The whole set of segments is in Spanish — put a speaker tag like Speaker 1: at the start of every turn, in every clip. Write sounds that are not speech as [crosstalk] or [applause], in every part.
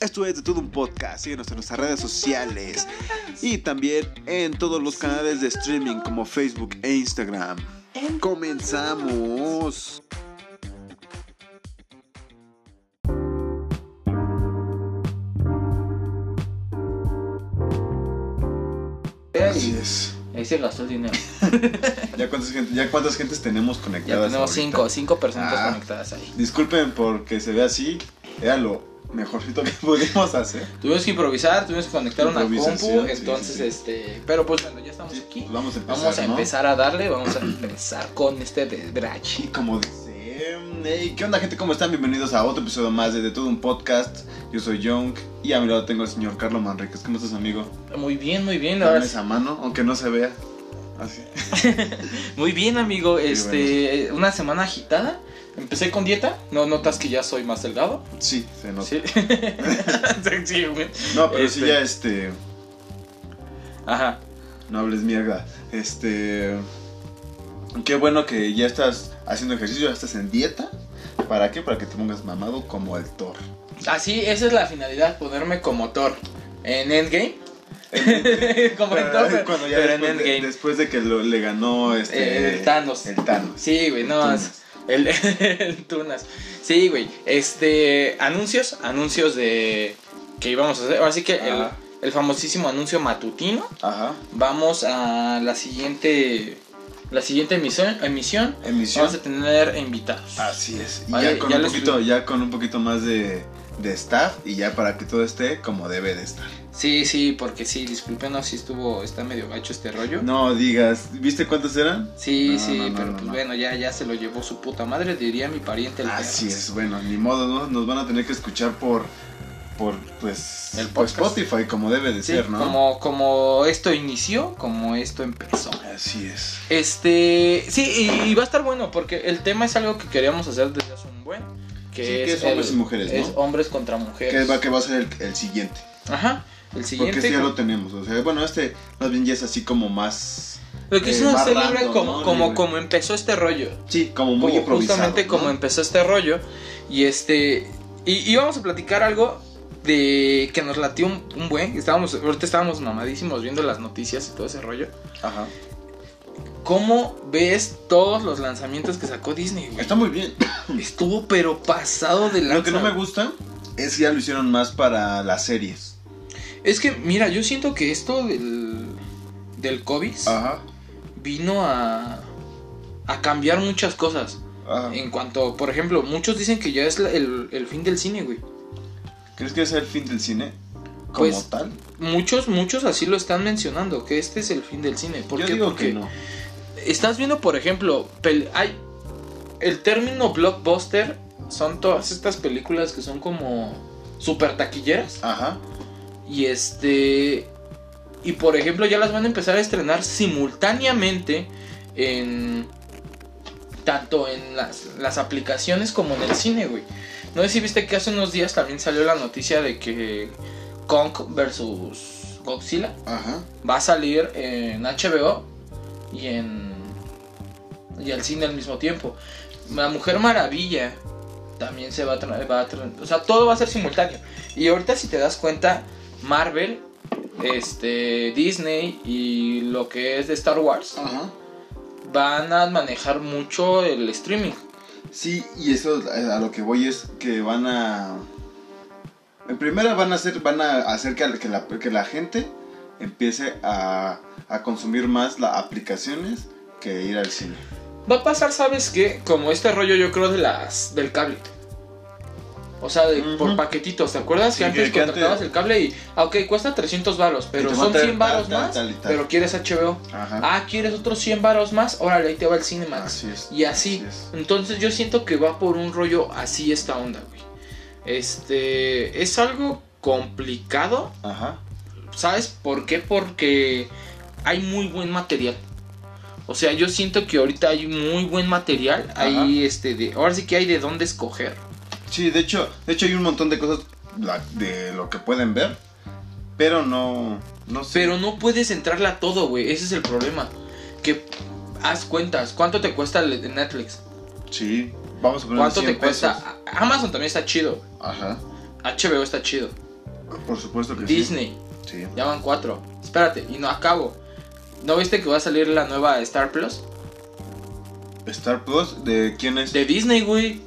Speaker 1: Esto es de todo un podcast. Síguenos en nuestras redes sociales y también en todos los canales de streaming como Facebook e Instagram. Comenzamos. Así es.
Speaker 2: Ahí se gastó el dinero.
Speaker 1: ¿Ya cuántas, gente- ya cuántas gentes tenemos
Speaker 2: Ya
Speaker 1: conectadas?
Speaker 2: tenemos
Speaker 1: ahorita?
Speaker 2: cinco, cinco personas
Speaker 1: Ah.
Speaker 2: conectadas ahí.
Speaker 1: Disculpen porque se ve así. Era lo mejorcito que [laughs] pudimos hacer.
Speaker 2: Tuvimos que improvisar, tuvimos que conectar una compu,
Speaker 1: Improvisación, sí,
Speaker 2: entonces
Speaker 1: sí, sí.
Speaker 2: este, pero pues bueno, ya estamos aquí.
Speaker 1: Vamos a empezar.
Speaker 2: Vamos a
Speaker 1: ¿no?
Speaker 2: empezar a darle, vamos a empezar con este desbrache.
Speaker 1: Y como dice, hey, ¿qué onda gente? ¿Cómo están? Bienvenidos a otro episodio más de De Todo un Podcast. Yo soy Young y a mi lado tengo al señor Carlos Manriquez. ¿Cómo estás, amigo?
Speaker 2: Muy bien, muy bien, ahora
Speaker 1: Dame esa mano, aunque no se vea. Así.
Speaker 2: sí. muy bien, amigo. Este,
Speaker 1: bueno.
Speaker 2: una semana agitada. Empecé con dieta. No notas que ya soy más delgado.
Speaker 1: Sí, se nota.
Speaker 2: Sí. [laughs] Sí, güey.
Speaker 1: No, pero sí
Speaker 2: Este.
Speaker 1: ya este...
Speaker 2: Ajá.
Speaker 1: No hables mierda. Este... Qué bueno que ya estás haciendo ejercicio, ya estás en dieta. ¿Para qué? Para que te pongas mamado como el Thor.
Speaker 2: Así, esa es la finalidad, ponerme como Thor
Speaker 1: [laughs]
Speaker 2: en Endgame. como en Thor,
Speaker 1: Pero, [laughs]
Speaker 2: pero-
Speaker 1: cuando ya
Speaker 2: pero
Speaker 1: después,
Speaker 2: en
Speaker 1: de,
Speaker 2: Endgame.
Speaker 1: después de que lo- le ganó este,
Speaker 2: Eh, el Thanos.
Speaker 1: El Thanos.
Speaker 2: Sí, güey, no. es- [laughs] El, el Tunas. Sí, güey. Este. Anuncios. Anuncios de. Que íbamos a hacer. Así que el,
Speaker 1: Ajá.
Speaker 2: el famosísimo anuncio matutino.
Speaker 1: Ajá.
Speaker 2: Vamos a la siguiente. La siguiente emisión. emisión
Speaker 1: Emisión. Ah,
Speaker 2: vamos a tener invitados.
Speaker 1: Así es. Y
Speaker 2: Vale,
Speaker 1: ya, con
Speaker 2: ya
Speaker 1: un
Speaker 2: lo
Speaker 1: poquito,
Speaker 2: subí.
Speaker 1: ya con un poquito más de, de staff y ya para que todo esté como debe de estar.
Speaker 2: Sí, sí, porque sí, discúlpenos si estuvo. Está medio gacho este rollo.
Speaker 1: No digas, ¿viste cuántos eran?
Speaker 2: Sí,
Speaker 1: No,
Speaker 2: sí,
Speaker 1: no, no,
Speaker 2: pero
Speaker 1: no,
Speaker 2: pues
Speaker 1: no. Ah,
Speaker 2: bueno, ya, ya se lo llevó su puta madre, diría mi pariente el
Speaker 1: Así
Speaker 2: perro.
Speaker 1: es, bueno, ni modo, ¿no? Nos van a tener que escuchar por, por pues,
Speaker 2: El
Speaker 1: por
Speaker 2: podcast.
Speaker 1: Spotify como debe de
Speaker 2: Sí,
Speaker 1: ser, ¿no?
Speaker 2: como, como esto inició, como esto empezó.
Speaker 1: Así es.
Speaker 2: Este, sí, y, y va a estar bueno porque el tema es algo que queríamos hacer desde hace un buen, que
Speaker 1: Sí, que
Speaker 2: es,
Speaker 1: es hombres
Speaker 2: el-
Speaker 1: y mujeres,
Speaker 2: es
Speaker 1: ¿no?
Speaker 2: hombres contra
Speaker 1: Que
Speaker 2: mujeres.
Speaker 1: va, que va a ser el, el siguiente.
Speaker 2: Ajá.
Speaker 1: Porque
Speaker 2: El
Speaker 1: este
Speaker 2: siguiente
Speaker 1: ya lo tenemos. O sea, bueno, este más bien ya es así como más.
Speaker 2: lo que hicimos
Speaker 1: eh, más
Speaker 2: hacer libre
Speaker 1: random,
Speaker 2: como
Speaker 1: ¿no?
Speaker 2: como
Speaker 1: Libre.
Speaker 2: como empezó este rollo.
Speaker 1: Sí, como muy
Speaker 2: Como-
Speaker 1: improvisado.
Speaker 2: justamente
Speaker 1: ¿no?
Speaker 2: como empezó este rollo y este y, y vamos a platicar algo de que nos latió un, un buen, estábamos ahorita estábamos mamadísimos viendo las noticias y todo ese rollo.
Speaker 1: Ajá.
Speaker 2: ¿Cómo ves todos los lanzamientos que sacó Disney, güey?
Speaker 1: Está muy bien.
Speaker 2: Estuvo pero pasado de lanza.
Speaker 1: Lo que no me gusta es que ya lo hicieron más para las series.
Speaker 2: Es que, mira, yo siento que esto del, del COVID
Speaker 1: Ajá.
Speaker 2: vino a, a cambiar muchas cosas.
Speaker 1: Ajá.
Speaker 2: En cuanto, por ejemplo, muchos dicen que ya es la- el, el fin del cine, güey.
Speaker 1: ¿Crees que es el fin del cine? Como
Speaker 2: Pues,
Speaker 1: tal.
Speaker 2: Muchos, muchos así lo están mencionando, que este es el fin del cine. ¿Por
Speaker 1: Yo
Speaker 2: qué?
Speaker 1: digo
Speaker 2: Porque
Speaker 1: que no.
Speaker 2: estás viendo, por ejemplo, pel- hay el término blockbuster son todas estas películas que son como super taquilleras
Speaker 1: Ajá.
Speaker 2: y este y por ejemplo ya las van a empezar a estrenar simultáneamente en tanto en las, las aplicaciones como en el cine, güey. No sé si viste que hace unos días también salió la noticia de que Kong versus Godzilla
Speaker 1: Ajá.
Speaker 2: va a salir en HBO y en y al cine al mismo tiempo. La Mujer Maravilla también se va a, tra- va a tra- o sea, todo va a ser simultáneo. Y ahorita si te das cuenta, Marvel, este Disney y lo que es de Star Wars
Speaker 1: Ajá.
Speaker 2: van a manejar mucho el streaming.
Speaker 1: Sí, y eso eh, a lo que voy es que van a. En primera van a hacer, van a hacer que, que la, que la gente empiece a, a consumir más las aplicaciones que ir al cine.
Speaker 2: Va a pasar, ¿sabes qué? Como este rollo yo creo de las del cable. O sea, de- por
Speaker 1: Ujú.
Speaker 2: paquetitos, ¿te acuerdas?
Speaker 1: Sí,
Speaker 2: que antes
Speaker 1: que- que
Speaker 2: contratabas
Speaker 1: antes-
Speaker 2: el cable y, ah, ok, cuesta 300 varos, pero
Speaker 1: te va a
Speaker 2: son
Speaker 1: traer
Speaker 2: 100
Speaker 1: tal,
Speaker 2: varos
Speaker 1: tal,
Speaker 2: más,
Speaker 1: tal y tal.
Speaker 2: pero quieres HBO.
Speaker 1: Ajá.
Speaker 2: Ah, quieres otros 100 varos más, órale, ahí te va el Cinemax.
Speaker 1: Así es,
Speaker 2: Ah, Y así.
Speaker 1: así es.
Speaker 2: Entonces yo siento que va por un rollo así esta onda, güey. Este, es algo complicado,
Speaker 1: Ajá.
Speaker 2: ¿Sabes por qué? Porque hay muy buen material. O sea, yo siento que ahorita hay muy buen material. Hay este de. Ahora sí que hay de dónde escoger.
Speaker 1: Sí, de hecho, de hecho hay un montón de cosas la- de lo que pueden ver, pero no, no sé.
Speaker 2: Pero no puedes entrarle a todo, güey. Ese es el problema. Que haz cuentas. ¿Cuánto te cuesta el de Netflix?
Speaker 1: Sí, vamos a poner
Speaker 2: ¿Cuánto
Speaker 1: 100
Speaker 2: te cuesta?
Speaker 1: pesos.
Speaker 2: A- Amazon también está chido.
Speaker 1: Ajá.
Speaker 2: HBO está chido.
Speaker 3: Por supuesto
Speaker 1: Pues
Speaker 3: que
Speaker 2: Disney,
Speaker 3: sí. Sí.
Speaker 2: ya van cuatro. Espérate, y no acabo. ¿No viste que va a salir la nueva Star Plus?
Speaker 3: Star Plus, ¿de quién es?
Speaker 2: De Disney, güey.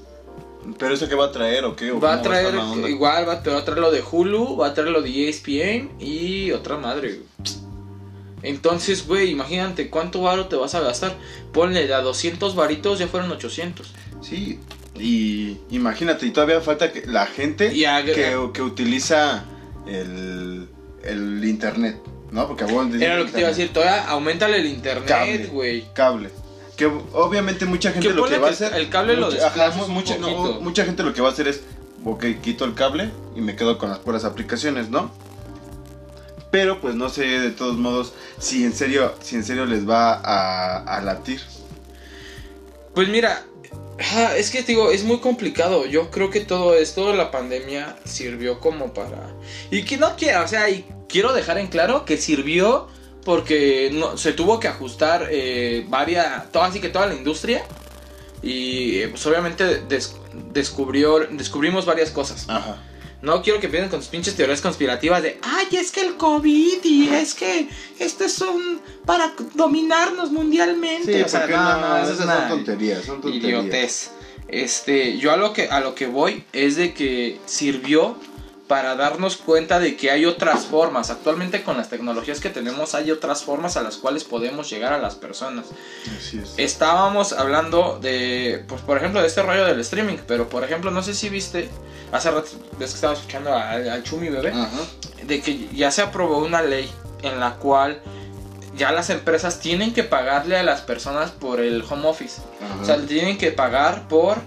Speaker 3: ¿Pero eso qué va a traer o qué? ¿O
Speaker 2: Va a
Speaker 3: cómo estar
Speaker 2: traer,
Speaker 3: la onda?
Speaker 2: igual, va, te va a traer lo de Hulu, va a traer lo de E ESPN y otra madre, güey. Entonces, güey, imagínate cuánto varo te vas a gastar. Ponle a 200 varitos, ya fueron 800.
Speaker 3: Sí, y imagínate, y todavía falta que la gente
Speaker 2: Y ag-
Speaker 3: que, que utiliza el, el internet, ¿no? Porque bueno,
Speaker 2: Era lo que te iba a
Speaker 3: internet,
Speaker 2: decir, todavía aumentale el
Speaker 3: Cable.
Speaker 2: internet, güey.
Speaker 3: Cable. Que obviamente mucha gente
Speaker 2: Que
Speaker 3: lo que
Speaker 2: ponle
Speaker 3: va a
Speaker 2: que
Speaker 3: hacer.
Speaker 2: el cable lo
Speaker 3: mucha, ajá,
Speaker 2: desplazas un
Speaker 3: mucha, no,
Speaker 2: poquito.
Speaker 3: mucha gente lo que va a hacer es, ok, quito el cable y me quedo con las puras aplicaciones, ¿no? Pero pues no sé de todos modos si en serio, si en serio les va a, a latir.
Speaker 2: Pues mira, ah, es que te digo, es muy complicado. Yo creo que todo esto, de la pandemia, sirvió como para. Y que no quiera, o sea, y quiero dejar en claro que sirvió porque no, se tuvo que ajustar eh, varias. Toda, así que toda la industria. Y eh, pues obviamente des- descubrió, descubrimos varias cosas.
Speaker 3: Ajá.
Speaker 2: No quiero que empiecen con sus pinches teorías conspirativas de, ay, es que el COVID y es que este es un para dominarnos mundialmente.
Speaker 3: Sí,
Speaker 2: o sea,
Speaker 3: porque
Speaker 2: no, no,
Speaker 3: no,
Speaker 2: eso es
Speaker 3: son
Speaker 2: una
Speaker 3: tonterías, son tonterías.
Speaker 2: idiotez. Este, yo a lo que a lo que voy es de que sirvió para darnos cuenta de que hay otras formas. Actualmente con las tecnologías que tenemos hay otras formas a las cuales podemos llegar a las personas.
Speaker 3: Así es.
Speaker 2: Estábamos hablando de, pues por ejemplo, de este rollo del streaming, pero por ejemplo, no sé si viste, hace rato ves que estaba escuchando a- al Chumi bebé,
Speaker 3: Ajá.
Speaker 2: de que ya se aprobó una ley en la cual ya las empresas tienen que pagarle a las personas por el home office.
Speaker 3: Ajá.
Speaker 2: O sea, te tienen que pagar por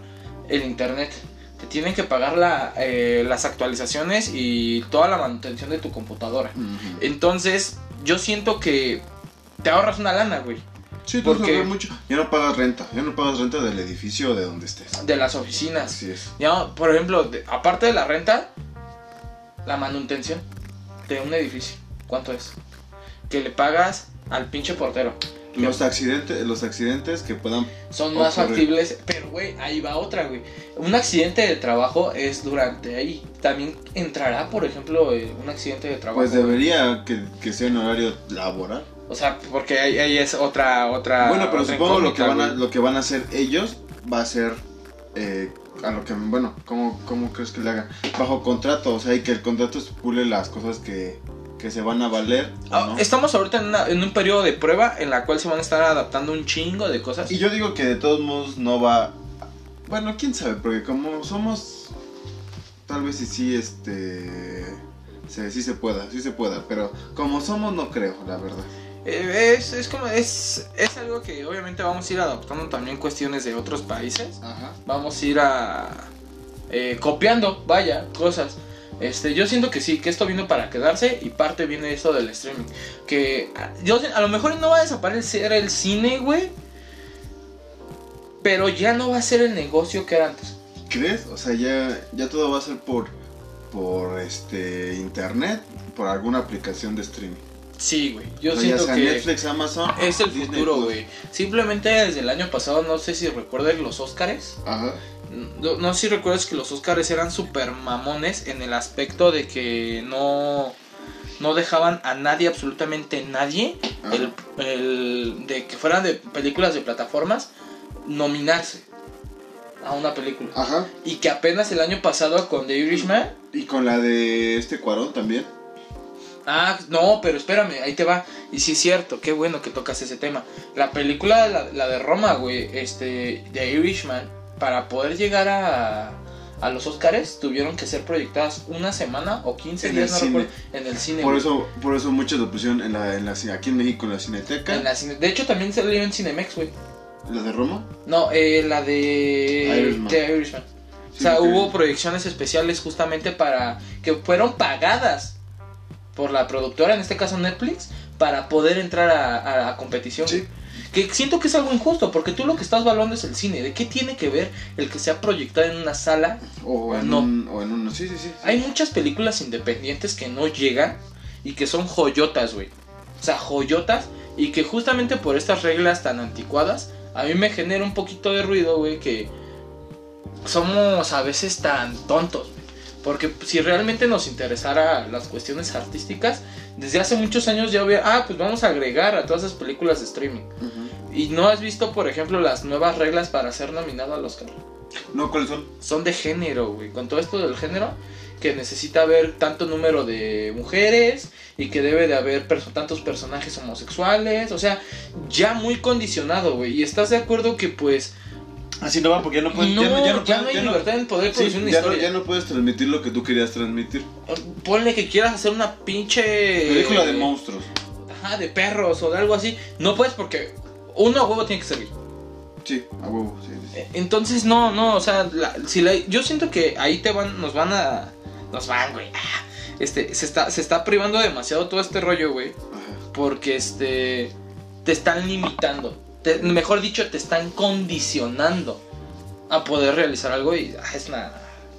Speaker 2: el internet. Te tienen que pagar la, eh, las actualizaciones y toda la manutención de tu computadora.
Speaker 3: Ujú.
Speaker 2: Entonces, yo siento que te ahorras una lana, güey.
Speaker 3: Sí, tú
Speaker 2: porque-
Speaker 3: sabes mucho. Ya no pagas renta, ya no pagas renta del edificio de donde estés.
Speaker 2: De las oficinas.
Speaker 3: Así es.
Speaker 2: Ya, por ejemplo, de- aparte de la renta, la manutención de un edificio. ¿Cuánto es? Que le pagas al pinche portero.
Speaker 3: Los accidentes, los accidentes que puedan.
Speaker 2: Son más
Speaker 3: Ocurre.
Speaker 2: factibles. Pero, güey, ahí va otra, güey. Un accidente de trabajo es durante ahí. También entrará, por ejemplo, eh, un accidente de trabajo.
Speaker 3: Pues
Speaker 2: güey.
Speaker 3: debería que, que sea en horario laboral.
Speaker 2: O sea, porque ahí, ahí es otra, otra.
Speaker 3: bueno, pero
Speaker 2: otra
Speaker 3: supongo lo que
Speaker 2: incógnita,
Speaker 3: van a,
Speaker 2: güey.
Speaker 3: lo que van a hacer ellos va a ser eh, a lo que bueno, ¿cómo, cómo crees que le hagan? Bajo contrato, o sea, y que el contrato estipule las cosas que, que se van a valer. o
Speaker 2: Ah,
Speaker 3: no.
Speaker 2: Estamos ahorita en, una- en un periodo de prueba en la cual se van a estar adaptando un chingo de cosas.
Speaker 3: Y yo digo que de todos modos no va. Bueno, quién sabe, porque como somos. Tal vez sí, sí, este. se- sí se pueda, sí se pueda, pero como somos no creo, la verdad.
Speaker 2: Eh, es, es como es, es algo que obviamente vamos a ir adaptando también cuestiones de otros países.
Speaker 3: Ajá.
Speaker 2: Vamos a ir a eh, copiando, vaya, cosas. Este, yo siento que sí, que esto vino para quedarse y parte viene eso del streaming. Que a- yo sé- a lo mejor no va a desaparecer el cine, güey. Pero ya no va a ser el negocio que era antes.
Speaker 3: ¿Crees? O sea, ya, ya todo va a ser por. por este. internet, por alguna aplicación de streaming.
Speaker 2: Sí, güey. Yo
Speaker 3: O sea, ya
Speaker 2: siento
Speaker 3: sea
Speaker 2: que
Speaker 3: Netflix, Amazon.
Speaker 2: es el
Speaker 3: Disney pues.
Speaker 2: futuro,
Speaker 3: Plus.
Speaker 2: güey. Simplemente desde el año pasado, no sé si recuerdan los Óscares.
Speaker 3: Ajá.
Speaker 2: No, no sé si recuerdas que los Oscars eran super mamones en el aspecto de que no, no dejaban a nadie, absolutamente nadie,
Speaker 3: Ajá.
Speaker 2: el, el- de que fueran de películas de plataformas, nominarse a una película.
Speaker 3: Ajá.
Speaker 2: Y que apenas el año pasado con The Irishman.
Speaker 3: Y con la de este Cuarón también.
Speaker 2: Ah, no, pero espérame, ahí te va. Y sí es cierto, qué bueno que tocas ese tema. La película, la, la de Roma, güey, este, de Irishman, para poder llegar a, a los Oscars, tuvieron que ser proyectadas una semana o 15
Speaker 3: En
Speaker 2: días,
Speaker 3: el
Speaker 2: no
Speaker 3: cine.
Speaker 2: recuerdo, en el cine.
Speaker 3: Por
Speaker 2: güey.
Speaker 3: eso, por eso muchos lo pusieron en la, en la, ci- aquí en México en la Cineteca.
Speaker 2: En la cine- De hecho, también salió en Cinemex, güey.
Speaker 3: ¿La de Roma?
Speaker 2: No, eh, la de
Speaker 3: Irishman.
Speaker 2: de Irishman. o sea,
Speaker 3: Sí, porque-
Speaker 2: hubo proyecciones especiales justamente para que fueron pagadas por la productora, en este caso Netflix, para poder entrar a, a la competición.
Speaker 3: Sí.
Speaker 2: Que siento que es algo injusto, porque tú lo que estás valorando es el cine. ¿De qué tiene que ver el que sea proyectado en una sala?
Speaker 3: O en
Speaker 2: Ah, No.
Speaker 3: un. O en un. Sí, sí, sí. sí.
Speaker 2: Hay muchas películas independientes que no llegan y que son joyotas, güey. O sea, joyotas y que justamente por estas reglas tan anticuadas, a mí me genera un poquito de ruido, güey, que somos a veces tan tontos, güey. Porque si realmente nos interesara las cuestiones artísticas, desde hace muchos años ya había, ah, pues vamos a agregar a todas esas películas de streaming.
Speaker 3: Ujú.
Speaker 2: ¿Y no has visto, por ejemplo, las nuevas reglas para ser nominado al Oscar?
Speaker 3: No, ¿cuáles son?
Speaker 2: Son de género, güey. Con todo esto del género, que necesita haber tanto número de mujeres y que debe de haber perso- tantos personajes homosexuales. O sea, ya muy condicionado, güey. ¿Y estás de acuerdo que, pues,
Speaker 3: Así no va, porque ya no puedes.
Speaker 2: no,
Speaker 3: ya, no- ya no,
Speaker 2: hay
Speaker 3: ya no-
Speaker 2: libertad en poder
Speaker 3: sí,
Speaker 2: producir Pues, una
Speaker 3: ya no-
Speaker 2: historia?
Speaker 3: ya no puedes transmitir lo que tú querías transmitir.
Speaker 2: Ponle que quieras hacer una pinche.
Speaker 3: Película de monstruos.
Speaker 2: Ajá, de perros o de algo así. No puedes porque uno a huevo tiene que salir.
Speaker 3: Sí, a huevo, sí, sí, sí.
Speaker 2: Eh, Entonces, no, no, o sea, la- si la- yo siento que ahí te van, nos van a. Nos van, güey. [laughs] ah, Este, se está, se está privando demasiado todo este rollo, güey.
Speaker 3: Ajá.
Speaker 2: Porque este. Te están limitando. te- mejor dicho, te están condicionando a poder realizar algo y ah, es una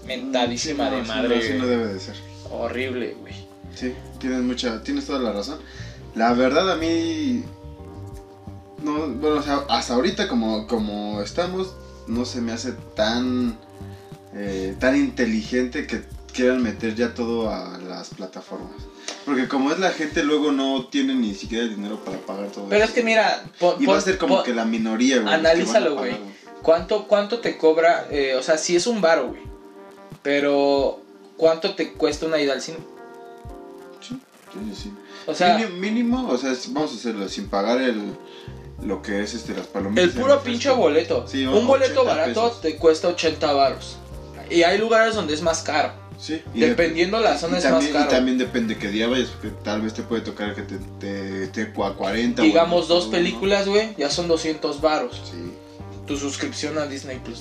Speaker 2: mentadísima
Speaker 3: Sí, no,
Speaker 2: de
Speaker 3: sí,
Speaker 2: madre.
Speaker 3: no, sí, no
Speaker 2: güey.
Speaker 3: debe de ser.
Speaker 2: Horrible, güey.
Speaker 3: Sí, tienes mucha, tienes toda la razón. La verdad a mí no, bueno, o sea, hasta ahorita como como estamos no se me hace tan eh, tan inteligente que quieran meter ya todo a las plataformas. Porque como es la gente luego no tiene ni siquiera el dinero para pagar todo
Speaker 2: Pero
Speaker 3: eso.
Speaker 2: es que mira, po-
Speaker 3: y va a
Speaker 2: pon-
Speaker 3: ser como
Speaker 2: pon-
Speaker 3: que la minoría, güey. los que van a
Speaker 2: analízalo,
Speaker 3: pagar,
Speaker 2: güey. ¿Cuánto, cuánto te cobra? Eh, o sea, si es un bar, güey. Pero, ¿cuánto te cuesta una ida al cine?
Speaker 3: Sí, sí, sí.
Speaker 2: O sea,
Speaker 3: mínimo, mínimo, o sea, es- vamos a hacerlo sin pagar el lo que es este las palomitas.
Speaker 2: el
Speaker 3: y
Speaker 2: puro
Speaker 3: refresco.
Speaker 2: pinche boleto.
Speaker 3: Sí,
Speaker 2: un boleto
Speaker 3: 80
Speaker 2: barato
Speaker 3: pesos.
Speaker 2: te cuesta 80 baros. Y hay lugares donde es más caro.
Speaker 3: Sí, y de-
Speaker 2: Dependiendo la
Speaker 3: Y
Speaker 2: zona es más
Speaker 3: también, y
Speaker 2: caro.
Speaker 3: también depende que día vayas, porque tal vez te puede tocar que te, te, te cu- a 40. o
Speaker 2: Digamos
Speaker 3: algo,
Speaker 2: dos
Speaker 3: ¿no?
Speaker 2: películas, güey, ya son 200 baros.
Speaker 3: Sí.
Speaker 2: Tu suscripción a Disney Plus.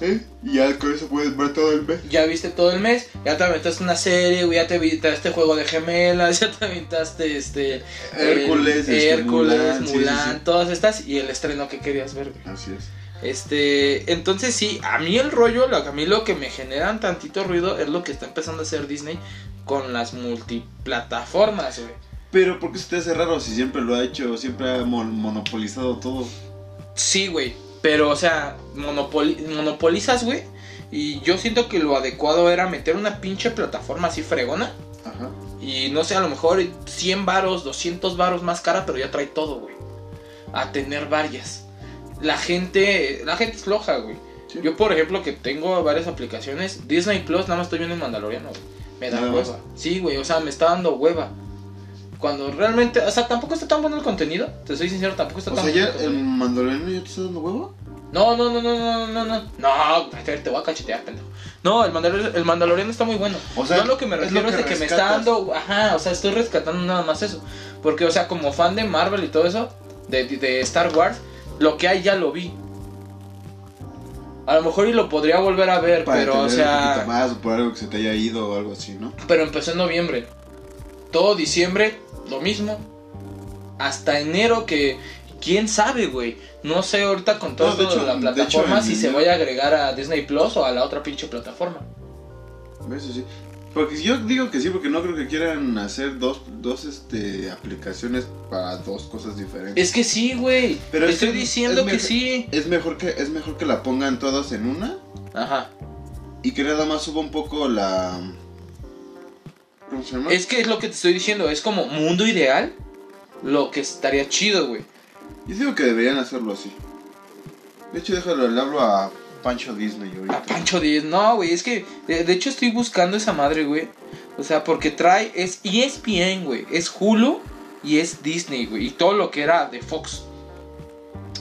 Speaker 3: Sí, Y ya con eso puedes ver todo el mes.
Speaker 2: Ya viste todo el mes, ya te aventaste una serie, güey, ya te aventaste juego de gemelas, [laughs] ya te aventaste este
Speaker 3: Hércules,
Speaker 2: el-
Speaker 3: este,
Speaker 2: Hércules, Mulan,
Speaker 3: Mulan, sí, sí, sí.
Speaker 2: todas estas y el estreno que querías ver. güey.
Speaker 3: Así es.
Speaker 2: Este, entonces sí, a mí el rollo, lo, que- a mí lo que me generan tantito ruido es lo que está empezando a hacer Disney con las multiplataformas, güey.
Speaker 3: Pero ¿por qué se te hace raro si siempre lo ha hecho, siempre ha mon- monopolizado todo?
Speaker 2: Sí, güey, pero o sea, monopoli- monopolizas, güey, y yo siento que lo adecuado era meter una pinche plataforma así fregona
Speaker 3: Ajá.
Speaker 2: Y no sé, a lo mejor 100 varos, 200 varos más cara, pero ya trae todo, güey. A tener varias. La gente, la gente es floja, güey.
Speaker 3: Sí.
Speaker 2: Yo, por ejemplo, que tengo varias aplicaciones, Disney Plus, nada más estoy viendo el Mandaloriano, güey. Me da
Speaker 3: Nada más.
Speaker 2: hueva. Sí, güey, o sea, me está dando hueva. Cuando realmente, o sea, tampoco está tan bueno el contenido. Te soy sincero, tampoco está
Speaker 3: o
Speaker 2: tan
Speaker 3: sea,
Speaker 2: bueno.
Speaker 3: ya el
Speaker 2: contenido.
Speaker 3: mandolino ya te está dando huevo.
Speaker 2: No, no, no, no, no, no, no. No, te te voy a cachetear, pendejo. No, el Mandaloriano, el Mandaloriano está muy bueno.
Speaker 3: O sea,
Speaker 2: Yo lo que me
Speaker 3: es lo
Speaker 2: refiero es,
Speaker 3: que
Speaker 2: de que me está
Speaker 3: rescatas.
Speaker 2: dando. Ajá, o sea, estoy rescatando nada más eso. Porque, o sea, como fan de Marvel y todo eso, de, de- de Star Wars, lo que hay ya lo vi. A lo mejor y lo podría volver a ver,
Speaker 3: Para
Speaker 2: pero, o
Speaker 3: tener un poquito
Speaker 2: sea.
Speaker 3: más o por algo que se te haya ido o algo así, ¿no?
Speaker 2: Pero empezó en noviembre. Todo diciembre, lo mismo. Hasta enero, que. Quién sabe, güey. No sé ahorita con todo
Speaker 3: No, de
Speaker 2: esto de
Speaker 3: hecho-
Speaker 2: la
Speaker 3: de
Speaker 2: plataforma
Speaker 3: hecho, en
Speaker 2: si se
Speaker 3: enero-
Speaker 2: vaya a agregar a Disney Plus o a la otra pinche plataforma.
Speaker 3: Eso sí. Porque yo digo que sí, porque no creo que quieran hacer dos, dos este, aplicaciones para dos cosas diferentes.
Speaker 2: Es que sí, güey.
Speaker 3: Pero
Speaker 2: Te
Speaker 3: es
Speaker 2: estoy
Speaker 3: que-
Speaker 2: diciendo
Speaker 3: es
Speaker 2: que
Speaker 3: mejor-
Speaker 2: sí.
Speaker 3: Es mejor que es mejor que la pongan todas en una
Speaker 2: Ajá.
Speaker 3: y que nada más suba un poco la ¿cómo se llama?
Speaker 2: Es que es lo que te estoy diciendo, es como mundo ideal, lo que estaría chido, güey.
Speaker 3: Yo digo que deberían hacerlo así. De hecho, déjalo, le hablo a Pancho Disney ahorita.
Speaker 2: A Pancho 10, no, güey, es que de, de hecho estoy buscando esa madre, güey. O sea, porque trae, es E ESPN, güey, es Hulu y es Disney, güey, y todo lo que era de Fox.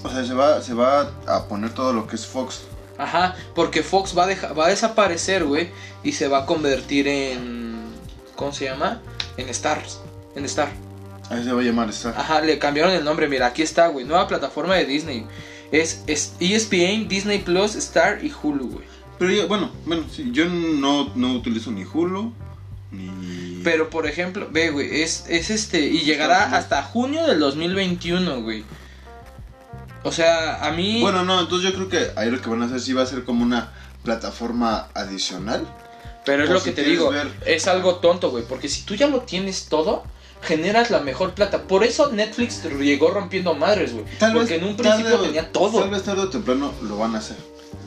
Speaker 3: O sea, se va, se va a poner todo lo que es Fox.
Speaker 2: Ajá, porque Fox va a, deja- va a desaparecer, güey, y se va a convertir en... ¿Cómo se llama? En Stars, en Star.
Speaker 3: Ahí se va a llamar Star.
Speaker 2: Ajá, le cambiaron el nombre, mira, aquí está, güey. Nueva plataforma de Disney. Es, es E ESPN, Disney Plus, Star y Hulu, güey.
Speaker 3: Pero yo, bueno, bueno, sí, yo no, no utilizo ni Hulu ni
Speaker 2: Pero por ejemplo, ve, güey, es, es este. Y llegará hasta junio del 2021, güey. O sea, a mí.
Speaker 3: Bueno, no, entonces yo creo que ahí lo que van a hacer sí va a ser como una plataforma adicional.
Speaker 2: pero es
Speaker 3: por
Speaker 2: lo
Speaker 3: si
Speaker 2: que te
Speaker 3: quieres
Speaker 2: digo.
Speaker 3: ver.
Speaker 2: Es algo tonto, güey. Porque si tú ya lo tienes todo, generas la mejor plata. Por eso Netflix llegó rompiendo madres, güey. Porque en un
Speaker 3: tarde
Speaker 2: principio
Speaker 3: o-
Speaker 2: tenía todo.
Speaker 3: Tal vez tarde o temprano lo van a hacer.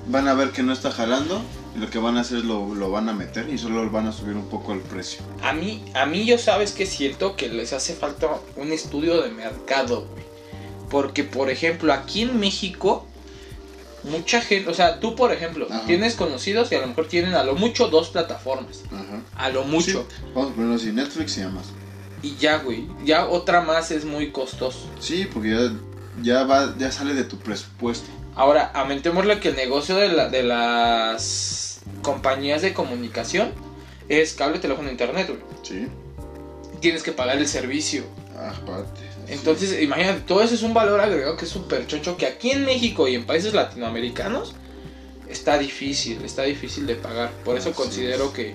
Speaker 3: van a ver que no está jalando y lo que van a hacer es lo, lo van a meter y solo van a subir un poco el precio.
Speaker 2: A mí, a mí yo sabes que siento que les hace falta un estudio de mercado, güey. Porque, por ejemplo, aquí en México, mucha gente, o sea, tú, por ejemplo,
Speaker 3: Ajá.
Speaker 2: tienes conocidos y a lo mejor tienen a lo mucho dos plataformas.
Speaker 3: Ajá.
Speaker 2: A lo mucho.
Speaker 3: Sí, vamos a ponerlo así, Netflix y Amazon.
Speaker 2: Y ya, güey, ya otra más es muy costoso.
Speaker 3: Sí, porque ya, ya va, ya sale de tu presupuesto.
Speaker 2: Ahora, aumentémosle que el negocio de, la- de las compañías de comunicación es cable, teléfono, internet, güey.
Speaker 3: Sí.
Speaker 2: Tienes que pagar el servicio.
Speaker 3: Ah, Aparte. así.
Speaker 2: Entonces, imagínate, todo eso es un valor agregado que es súper chocho, que aquí en México y en países latinoamericanos está difícil, está difícil de pagar. Por eso
Speaker 3: Así
Speaker 2: considero
Speaker 3: es.
Speaker 2: que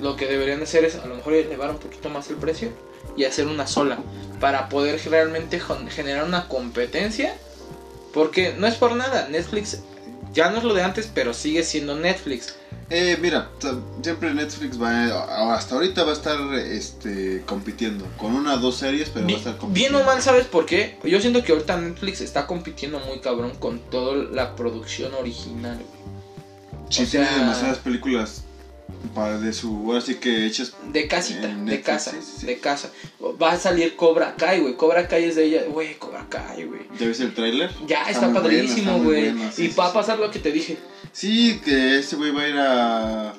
Speaker 2: lo que deberían hacer es a lo mejor elevar un poquito más el precio y hacer una sola, para poder realmente gen- generar una competencia, porque no es por nada, Netflix ya no es lo de antes, pero sigue siendo Netflix.
Speaker 3: Eh, mira, ta- siempre Netflix va eh, a- hasta ahorita va a estar este compitiendo con una o dos series, pero va
Speaker 2: Bi-
Speaker 3: a estar compitiendo.
Speaker 2: Bien o mal, ¿sabes por qué? Yo siento que ahorita Netflix está compitiendo muy cabrón con toda la producción original.
Speaker 3: Sí,
Speaker 2: o sea-
Speaker 3: tiene demasiadas películas para de su ahora sí que hechas
Speaker 2: De casita,
Speaker 3: En
Speaker 2: de
Speaker 3: Netflix,
Speaker 2: casa,
Speaker 3: sí, sí, sí.
Speaker 2: de casa. Va a salir Cobra Kai, güey. Cobra Kai es de ella, güey, Cobra Kai, güey.
Speaker 3: ¿Ya viste el tráiler?
Speaker 2: Ya
Speaker 3: Está
Speaker 2: está,
Speaker 3: muy buena,
Speaker 2: padrísimo,
Speaker 3: está muy
Speaker 2: güey.
Speaker 3: buena, sí,
Speaker 2: y
Speaker 3: sí,
Speaker 2: va a
Speaker 3: sí.
Speaker 2: pasar lo que te dije,
Speaker 3: Sí, que este güey va a ir a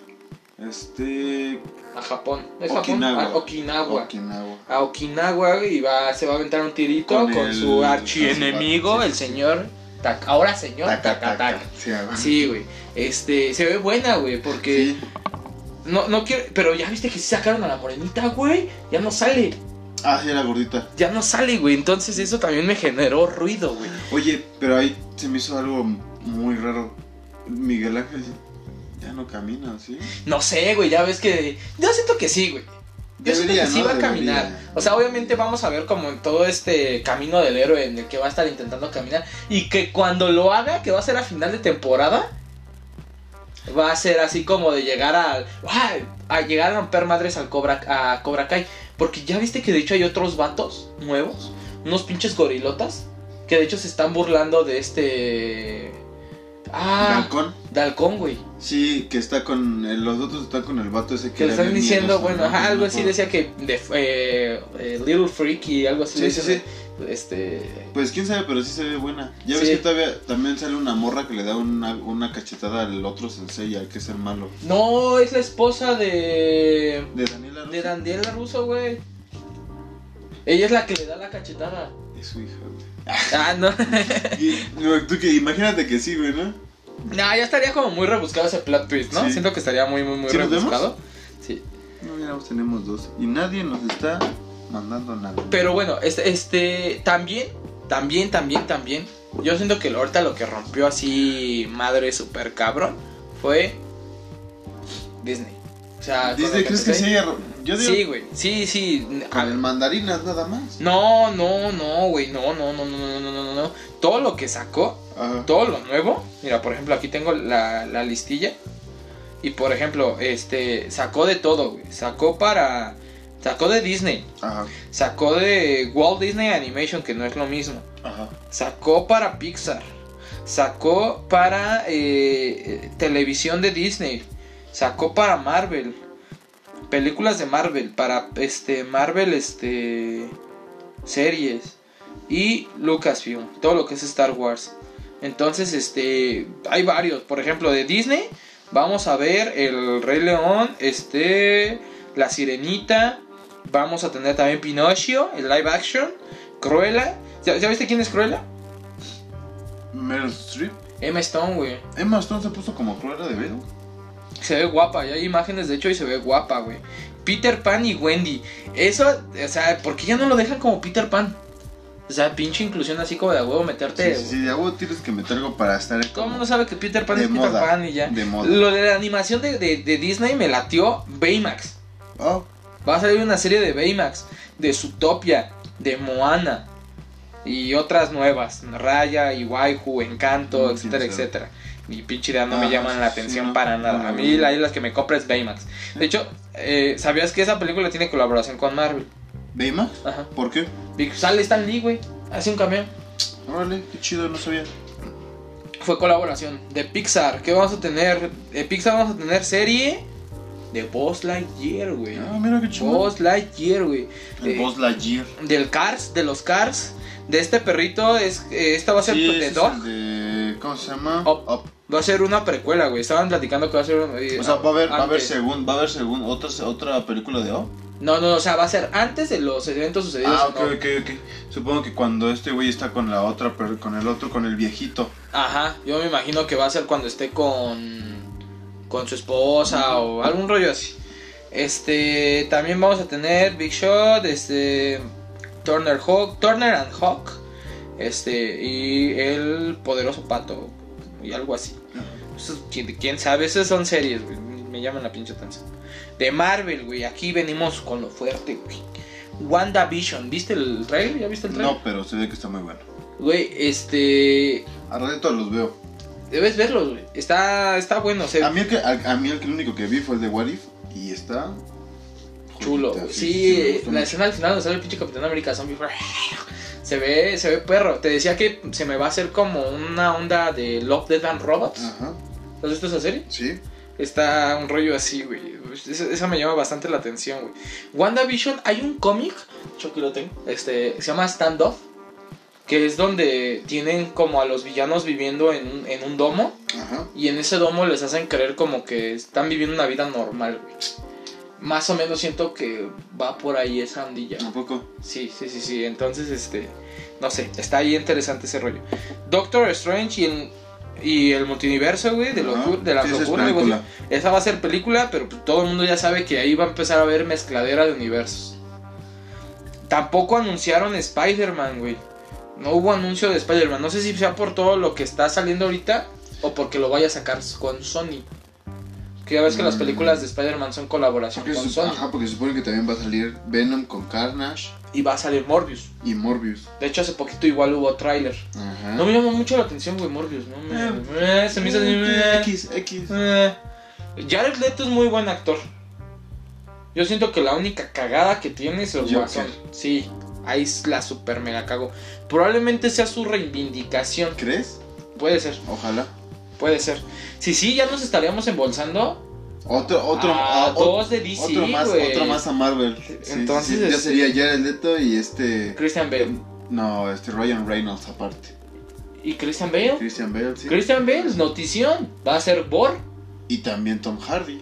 Speaker 3: este
Speaker 2: a Japón. ¿Es
Speaker 3: Okinawa.
Speaker 2: Japón? A Okinawa.
Speaker 3: Okinawa.
Speaker 2: a Okinawa güey, y va, se va a aventar un tirito con,
Speaker 3: Con el-
Speaker 2: su archienemigo,
Speaker 3: con su-
Speaker 2: el señor. Tak- ahora señor
Speaker 3: Taca,
Speaker 2: Takataka.
Speaker 3: taca. Sí, a ver.
Speaker 2: Sí, güey. Este, se ve buena, güey, porque.
Speaker 3: Sí.
Speaker 2: No, no quiero. Pero ya viste que sí sacaron a la morenita, güey. Ya no sale.
Speaker 3: Ah, sí, la gordita.
Speaker 2: Ya no sale, güey. Entonces eso también me generó ruido, güey.
Speaker 3: Oye, pero ahí se me hizo algo muy raro. Miguel Ángel ya no camina, ¿sí?
Speaker 2: No sé, güey, ya ves que. Yo siento que sí, güey. Yo siento
Speaker 3: Debería,
Speaker 2: que sí
Speaker 3: ¿no?
Speaker 2: va a
Speaker 3: Debería.
Speaker 2: caminar. O sea, obviamente vamos a ver como en todo este camino del héroe en el que va a estar intentando caminar. Y que cuando lo haga, que va a ser a final de temporada, va a ser así como de llegar al. ¡Ay! A llegar a romper madres al Cobra, a Cobra Kai. Porque ya viste que de hecho hay otros vatos nuevos, unos pinches gorilotas, que de hecho se están burlando de este. Ah,
Speaker 3: Falcón.
Speaker 2: Dalcón, güey.
Speaker 3: Sí, que está con. eh, los otros están con el vato ese que.
Speaker 2: Que le están
Speaker 3: habían
Speaker 2: diciendo,
Speaker 3: miedoso,
Speaker 2: bueno,
Speaker 3: ¿no?
Speaker 2: ajá,
Speaker 3: No
Speaker 2: algo
Speaker 3: me
Speaker 2: así
Speaker 3: acuerdo.
Speaker 2: decía que de- eh, eh, Little Freak y algo así.
Speaker 3: Sí,
Speaker 2: le
Speaker 3: sí,
Speaker 2: dicen, Este.
Speaker 3: Pues quién sabe, pero sí se ve buena. Ya
Speaker 2: Sí.
Speaker 3: ves que todavía también sale una morra que le da una, una cachetada al otro sensei, al que es el malo.
Speaker 2: No, es la esposa de.
Speaker 3: De Daniela Russo.
Speaker 2: De Daniela Russo, güey. Ella es la que le da la cachetada.
Speaker 3: Es su hija, güey.
Speaker 2: Ah, no. [laughs]
Speaker 3: Y- no, tú que- imagínate que sí, güey, ¿no?
Speaker 2: nah, ya estaría como muy rebuscado ese plot twist, ¿no?
Speaker 3: Sí.
Speaker 2: Siento que estaría muy, muy, muy
Speaker 3: ¿Sí nos vemos?
Speaker 2: rebuscado. Sí.
Speaker 3: No, ya tenemos dos. Y nadie nos está mandando nada.
Speaker 2: Pero bueno, este, este, también, también, también, también. Yo siento que ahorita lo que rompió así madre super cabrón fue Disney. O sea, con
Speaker 3: Disney,
Speaker 2: lo
Speaker 3: ¿crees que
Speaker 2: empecé-
Speaker 3: se haya ro- Yo digo,
Speaker 2: ¿eh? Sí, güey. Sí, sí.
Speaker 3: con
Speaker 2: A-
Speaker 3: el mandarinas nada más.
Speaker 2: No, no, no, güey. No, no, no, no, no, no, no, no. Todo lo que sacó,
Speaker 3: Ajá.
Speaker 2: todo lo nuevo. Mira, por ejemplo, aquí tengo la, la listilla. Y por ejemplo, este, sacó de todo, güey. Sacó para. Sacó de Disney.
Speaker 3: Ajá.
Speaker 2: Sacó de Walt Disney Animation, que no es lo mismo.
Speaker 3: Ajá.
Speaker 2: Sacó para Pixar. Sacó para eh, eh, televisión de Disney. Sacó para Marvel. Películas de Marvel. Para este Marvel este series y Lucasfilm, todo lo que es Star Wars. Entonces, este, hay varios, por ejemplo, de Disney, vamos a ver El Rey León, este, La Sirenita, vamos a tener también Pinocchio, el live action, Cruella. ¿Ya, ya viste quién es Cruella?
Speaker 3: Meryl Streep.
Speaker 2: Emma Stone, güey.
Speaker 3: Emma Stone se puso como Clara de Vero.
Speaker 2: Se ve guapa, ya hay imágenes de hecho y se ve guapa, güey. Peter Pan y Wendy. Eso, o sea, ¿por qué ya no lo dejan como Peter Pan? O sea, pinche inclusión así como de a huevo meterte.
Speaker 3: Sí, sí, sí, de agua tienes que meter algo para estar
Speaker 2: Todo el
Speaker 3: como
Speaker 2: mundo sabe que Peter Pan
Speaker 3: de
Speaker 2: es Peter
Speaker 3: moda,
Speaker 2: Pan y ya.
Speaker 3: de moda.
Speaker 2: Lo de la animación de, de- de Disney me latió Baymax.
Speaker 3: Oh,
Speaker 2: Va a salir una serie de Baymax, de Zootopia, de Moana y otras nuevas. Raya, Iwaihu, Encanto,
Speaker 3: Mm,
Speaker 2: etcétera,
Speaker 3: quién sabe.
Speaker 2: etcétera. Ni pinche idea, no me
Speaker 3: Ah,
Speaker 2: llaman la
Speaker 3: sí,
Speaker 2: atención
Speaker 3: no,
Speaker 2: para
Speaker 3: no,
Speaker 2: nada.
Speaker 3: no,
Speaker 2: a mí
Speaker 3: no.
Speaker 2: la- las que me compra es Baymax. De hecho, eh, ¿sabías que esa película tiene colaboración con Marvel?
Speaker 3: ¿Baymax?
Speaker 2: Ajá.
Speaker 3: ¿Por qué?
Speaker 2: Y sale Stan Lee, güey. Hace un camión.
Speaker 3: Órale, qué chido, no sabía.
Speaker 2: fue colaboración de Pixar. ¿Qué vamos a tener? De Pixar vamos a tener serie de Boss Lightyear, güey.
Speaker 3: Ah, mira qué chido.
Speaker 2: Boss Lightyear, güey.
Speaker 3: El
Speaker 2: Eh,
Speaker 3: Buzz Lightyear.
Speaker 2: Del Cars, de los Cars, de este perrito. Es, eh, esta va a ser
Speaker 3: Sí,
Speaker 2: de
Speaker 3: ese es
Speaker 2: Dog.
Speaker 3: el de- ¿Cómo se llama?
Speaker 2: Up.
Speaker 3: Up.
Speaker 2: Va a ser una precuela, güey. Estaban platicando que va a ser. eh,
Speaker 3: O sea, va a haber, va a haber
Speaker 2: antes.
Speaker 3: según, va a haber según otra, otra película de O.
Speaker 2: No, no, o sea, va a ser antes de los eventos sucedidos.
Speaker 3: Ah,
Speaker 2: ¿no?
Speaker 3: ok, ok, ok. Supongo que cuando este güey está con la otra, per- con el otro, con el viejito.
Speaker 2: Ajá, yo me imagino que va a ser cuando esté con con su esposa o algún rollo así. Este, también vamos a tener Big Shot, este Turner Hawk, Turner and Hawk, este y el poderoso pato y algo así. Eso, ¿quién, quién sabe, esas son series, güey. Me llaman la pinche atención. De Marvel, güey, aquí venimos con lo fuerte, güey. WandaVision, ¿viste el trailer? ¿Ya viste el trailer?
Speaker 3: No, pero se ve que está muy bueno.
Speaker 2: Güey, este
Speaker 3: A ratito los veo.
Speaker 2: Debes verlos, güey. Está, está bueno, se
Speaker 3: A mí, el que, a, a mí el que- el único que vi fue el de What If y está.
Speaker 2: chulo.
Speaker 3: Jodita,
Speaker 2: güey.
Speaker 3: sí,
Speaker 2: Sí,
Speaker 3: sí,
Speaker 2: eh, la
Speaker 3: me gustó mucho.
Speaker 2: escena al final donde sale el pinche Capitán América zombie. Se ve, se ve perro. Te decía que se me va a hacer como una onda de Love, Dead and Robots.
Speaker 3: Ajá,
Speaker 2: ¿Has visto esa serie?
Speaker 3: sí.
Speaker 2: Está un rollo así, güey. Esa, esa me llama bastante la atención, güey. WandaVision, hay un cómic, yo aquí lo tengo, este, que se llama Standoff, que es donde tienen como a los villanos viviendo en un, en un domo.
Speaker 3: Ajá.
Speaker 2: Y en ese domo les hacen creer como que están viviendo una vida normal, güey. Más o menos siento que va por ahí esa andilla.
Speaker 3: Tampoco.
Speaker 2: Sí, sí, sí, sí. Entonces, este. No sé, está ahí interesante ese rollo. Doctor Strange y el, y el multiverso, güey, de,
Speaker 3: Ajá.
Speaker 2: locu- de la
Speaker 3: Sí, esa es
Speaker 2: locura. algo así.
Speaker 3: película.
Speaker 2: Esa va a ser película, pero pues, todo el mundo ya sabe que ahí va a empezar a haber mezcladera de universos. Tampoco anunciaron Spider-Man, güey. No hubo anuncio de Spider-Man. No sé si sea por todo lo que está saliendo ahorita o porque lo vaya a sacar con Sony. Que ya ves que las
Speaker 3: Mm.
Speaker 2: películas de Spider-Man son colaboración
Speaker 3: Porque
Speaker 2: con
Speaker 3: sup-
Speaker 2: Sony.
Speaker 3: Ajá, porque supone que también va a salir Venom con Carnage
Speaker 2: Y va a salir Morbius.
Speaker 3: y Morbius.
Speaker 2: De hecho, hace poquito igual hubo tráiler.
Speaker 3: Ajá. Mm,
Speaker 2: No me llamó mucho la atención, güey, Morbius. No me... eh, se me hizo... así,
Speaker 3: X, X.
Speaker 2: eh. Jared Leto es muy buen actor. Yo siento que la única cagada que tiene es el
Speaker 3: Joker.
Speaker 2: Guasón. Sí, ahí es la super mega cago. Probablemente sea su reivindicación.
Speaker 3: ¿Crees?
Speaker 2: Puede ser,
Speaker 3: Ojalá.
Speaker 2: puede ser. Si sí, ya nos estaríamos embolsando
Speaker 3: Otro, otro,
Speaker 2: a
Speaker 3: ah, o-
Speaker 2: dos de DC,
Speaker 3: otro más,
Speaker 2: güey.
Speaker 3: otro más a Marvel. Sí, sí,
Speaker 2: Entonces,
Speaker 3: sí, ya
Speaker 2: este-
Speaker 3: sería Jared Leto y este,
Speaker 2: Christian Bale.
Speaker 3: no, este Ryan Reynolds aparte.
Speaker 2: ¿Y Christian Bale?
Speaker 3: Christian Bale, sí.
Speaker 2: Christian Bale, notición. Va a ser Bor
Speaker 3: Y también Tom Hardy.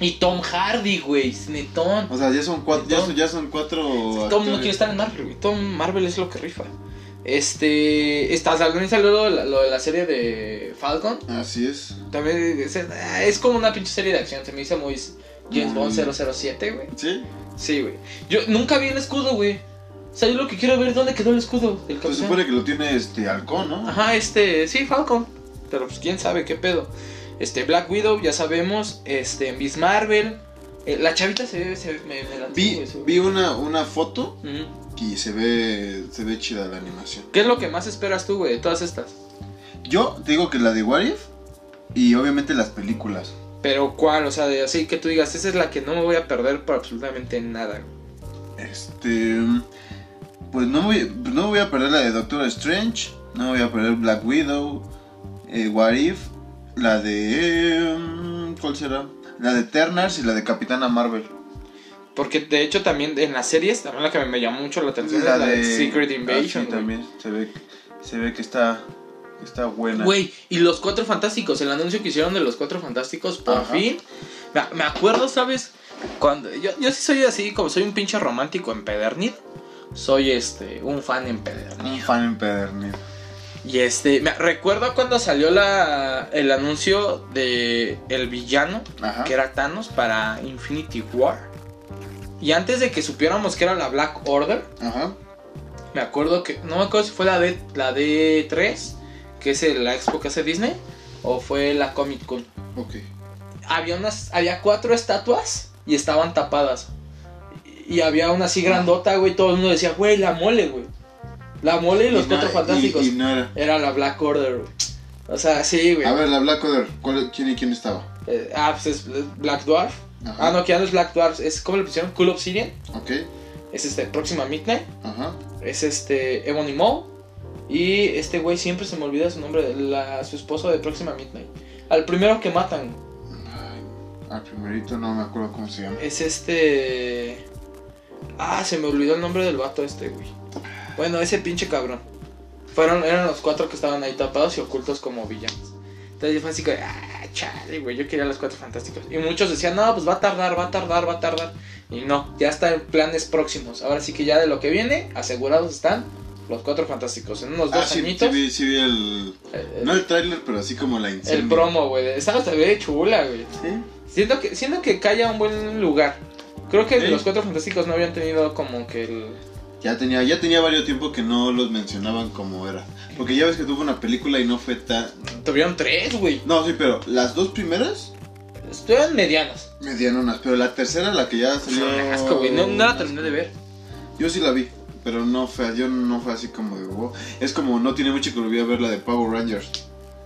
Speaker 2: y Tom Hardy, güey. Netón.
Speaker 3: O sea, ya son cuatro, ya
Speaker 2: Tom-
Speaker 3: son, ya son cuatro.
Speaker 2: Tom no
Speaker 3: actores.
Speaker 2: quiere estar en Marvel, güey. Tom Marvel es lo que rifa. Este. Está, también salió lo, de la- lo de la serie de Falcon.
Speaker 3: Así es.
Speaker 2: También es, ah, es como una pinche serie de acción. Se me hizo muy James
Speaker 3: Mm.
Speaker 2: Bond 007, güey.
Speaker 3: Sí.
Speaker 2: Sí, güey. Yo nunca vi el escudo, güey. O sea, yo lo que quiero ver es dónde quedó el escudo del
Speaker 3: Se
Speaker 2: capitán.
Speaker 3: supone que lo tiene este halcón, ¿no?
Speaker 2: Ajá, este. Sí, Falcon. Pero pues quién sabe qué pedo. Este, Black Widow, ya sabemos. Este, Miss Marvel. Eh, la chavita se ve. Se ve me, me lanzó,
Speaker 3: Vi,
Speaker 2: güey, se ve.
Speaker 3: vi una, una foto
Speaker 2: Ujú.
Speaker 3: y se ve, se ve chida la animación.
Speaker 2: ¿Qué es lo que más esperas tú, güey, de todas estas?
Speaker 3: Yo te digo que la de What If y obviamente las películas.
Speaker 2: Pero cuál, o sea, de así que tú digas, esa es la que no me voy a perder por absolutamente nada. güey.
Speaker 3: Este. Pues no voy, no voy a perder la de Doctor Strange. No voy a perder Black Widow. eh, What If. La de. mm, ¿Cuál será? La de Ternars y la de Capitana Marvel.
Speaker 2: Porque de hecho también en las series, también la que me llamó mucho la atención es la, de, Secret
Speaker 3: Ah, sí,
Speaker 2: Invasion. güey.
Speaker 3: también se ve, se ve que está, que está buena.
Speaker 2: Güey, y los Cuatro Fantásticos, el anuncio que hicieron de los Cuatro Fantásticos, por
Speaker 3: Ajá.
Speaker 2: fin. Me, me acuerdo, ¿sabes? Cuando yo, yo sí soy así, como soy un pinche romántico empedernido. Soy este, un fan empedernido.
Speaker 3: Un fan empedernido.
Speaker 2: Y este, me recuerdo cuando salió la, el anuncio de el villano,
Speaker 3: Ajá.
Speaker 2: que era Thanos para Infinity War. Y antes de que supiéramos que era la Black Order,
Speaker 3: Ajá.
Speaker 2: me acuerdo que no me acuerdo si fue la D la D3, que es el- la expo que hace Disney o fue la Comic Con.
Speaker 3: Ok.
Speaker 2: Había unas había cuatro estatuas y estaban tapadas. Y había una así grandota, güey, todo el mundo decía, "Güey, la mole, güey." La mole y los
Speaker 3: Y
Speaker 2: cuatro
Speaker 3: no-
Speaker 2: fantásticos.
Speaker 3: Y, y no era.
Speaker 2: Era la Black Order, güey. O sea, sí, güey.
Speaker 3: A ver, la Black Order. ¿cuál- ¿Quién y quién estaba?
Speaker 2: Eh, ah, pues es Black Dwarf.
Speaker 3: Ajá.
Speaker 2: Ah, no, que ya no es Black Dwarf. Es, ¿Cómo le pusieron? Cool Obsidian.
Speaker 3: Ok.
Speaker 2: Es este, Próxima Midnight.
Speaker 3: Ajá.
Speaker 2: Es este, Ebony Maw. Y este güey siempre se me olvida su nombre, la, su esposo de Próxima Midnight. Al primero que matan
Speaker 3: Ay, al primerito no me acuerdo cómo se llama.
Speaker 2: es este. Ah, se me olvidó el nombre del vato este, güey. Bueno, ese pinche cabrón. Fueron, eran los cuatro que estaban ahí tapados y ocultos como villanos. Entonces yo fue así que, ah, chale, güey, yo quería los cuatro fantásticos. Y muchos decían, no, pues va a tardar, va a tardar, va a tardar. Y no, ya está en planes próximos. Ahora sí que ya de lo que viene, asegurados están los cuatro fantásticos. En unos dos
Speaker 3: Ah, sí, sí,
Speaker 2: añitos.
Speaker 3: vi, sí vi el.
Speaker 2: eh,
Speaker 3: No el tráiler, pero así como la
Speaker 2: el
Speaker 3: insignia.
Speaker 2: promo, güey. Esa hasta ve chula, güey.
Speaker 3: Sí.
Speaker 2: Siento que, siento que calla un buen lugar. Creo que
Speaker 3: Sí.
Speaker 2: los Cuatro Fantásticos no habían tenido como que el...
Speaker 3: Ya tenía, ya tenía varios tiempo que no los mencionaban como era. Porque ya ves que tuvo una película y no fue tan.
Speaker 2: Tuvieron tres, güey.
Speaker 3: No, sí, pero las dos primeras
Speaker 2: Estuvieron medianos.
Speaker 3: medianonas, pero la tercera, la que ya salió.
Speaker 2: Fue un asco, güey. No, no la terminé de ver.
Speaker 3: Yo sí la vi, pero no fue, yo no fue así como de wow. Es como no tiene mucho que lo voy a ver la de Power Rangers.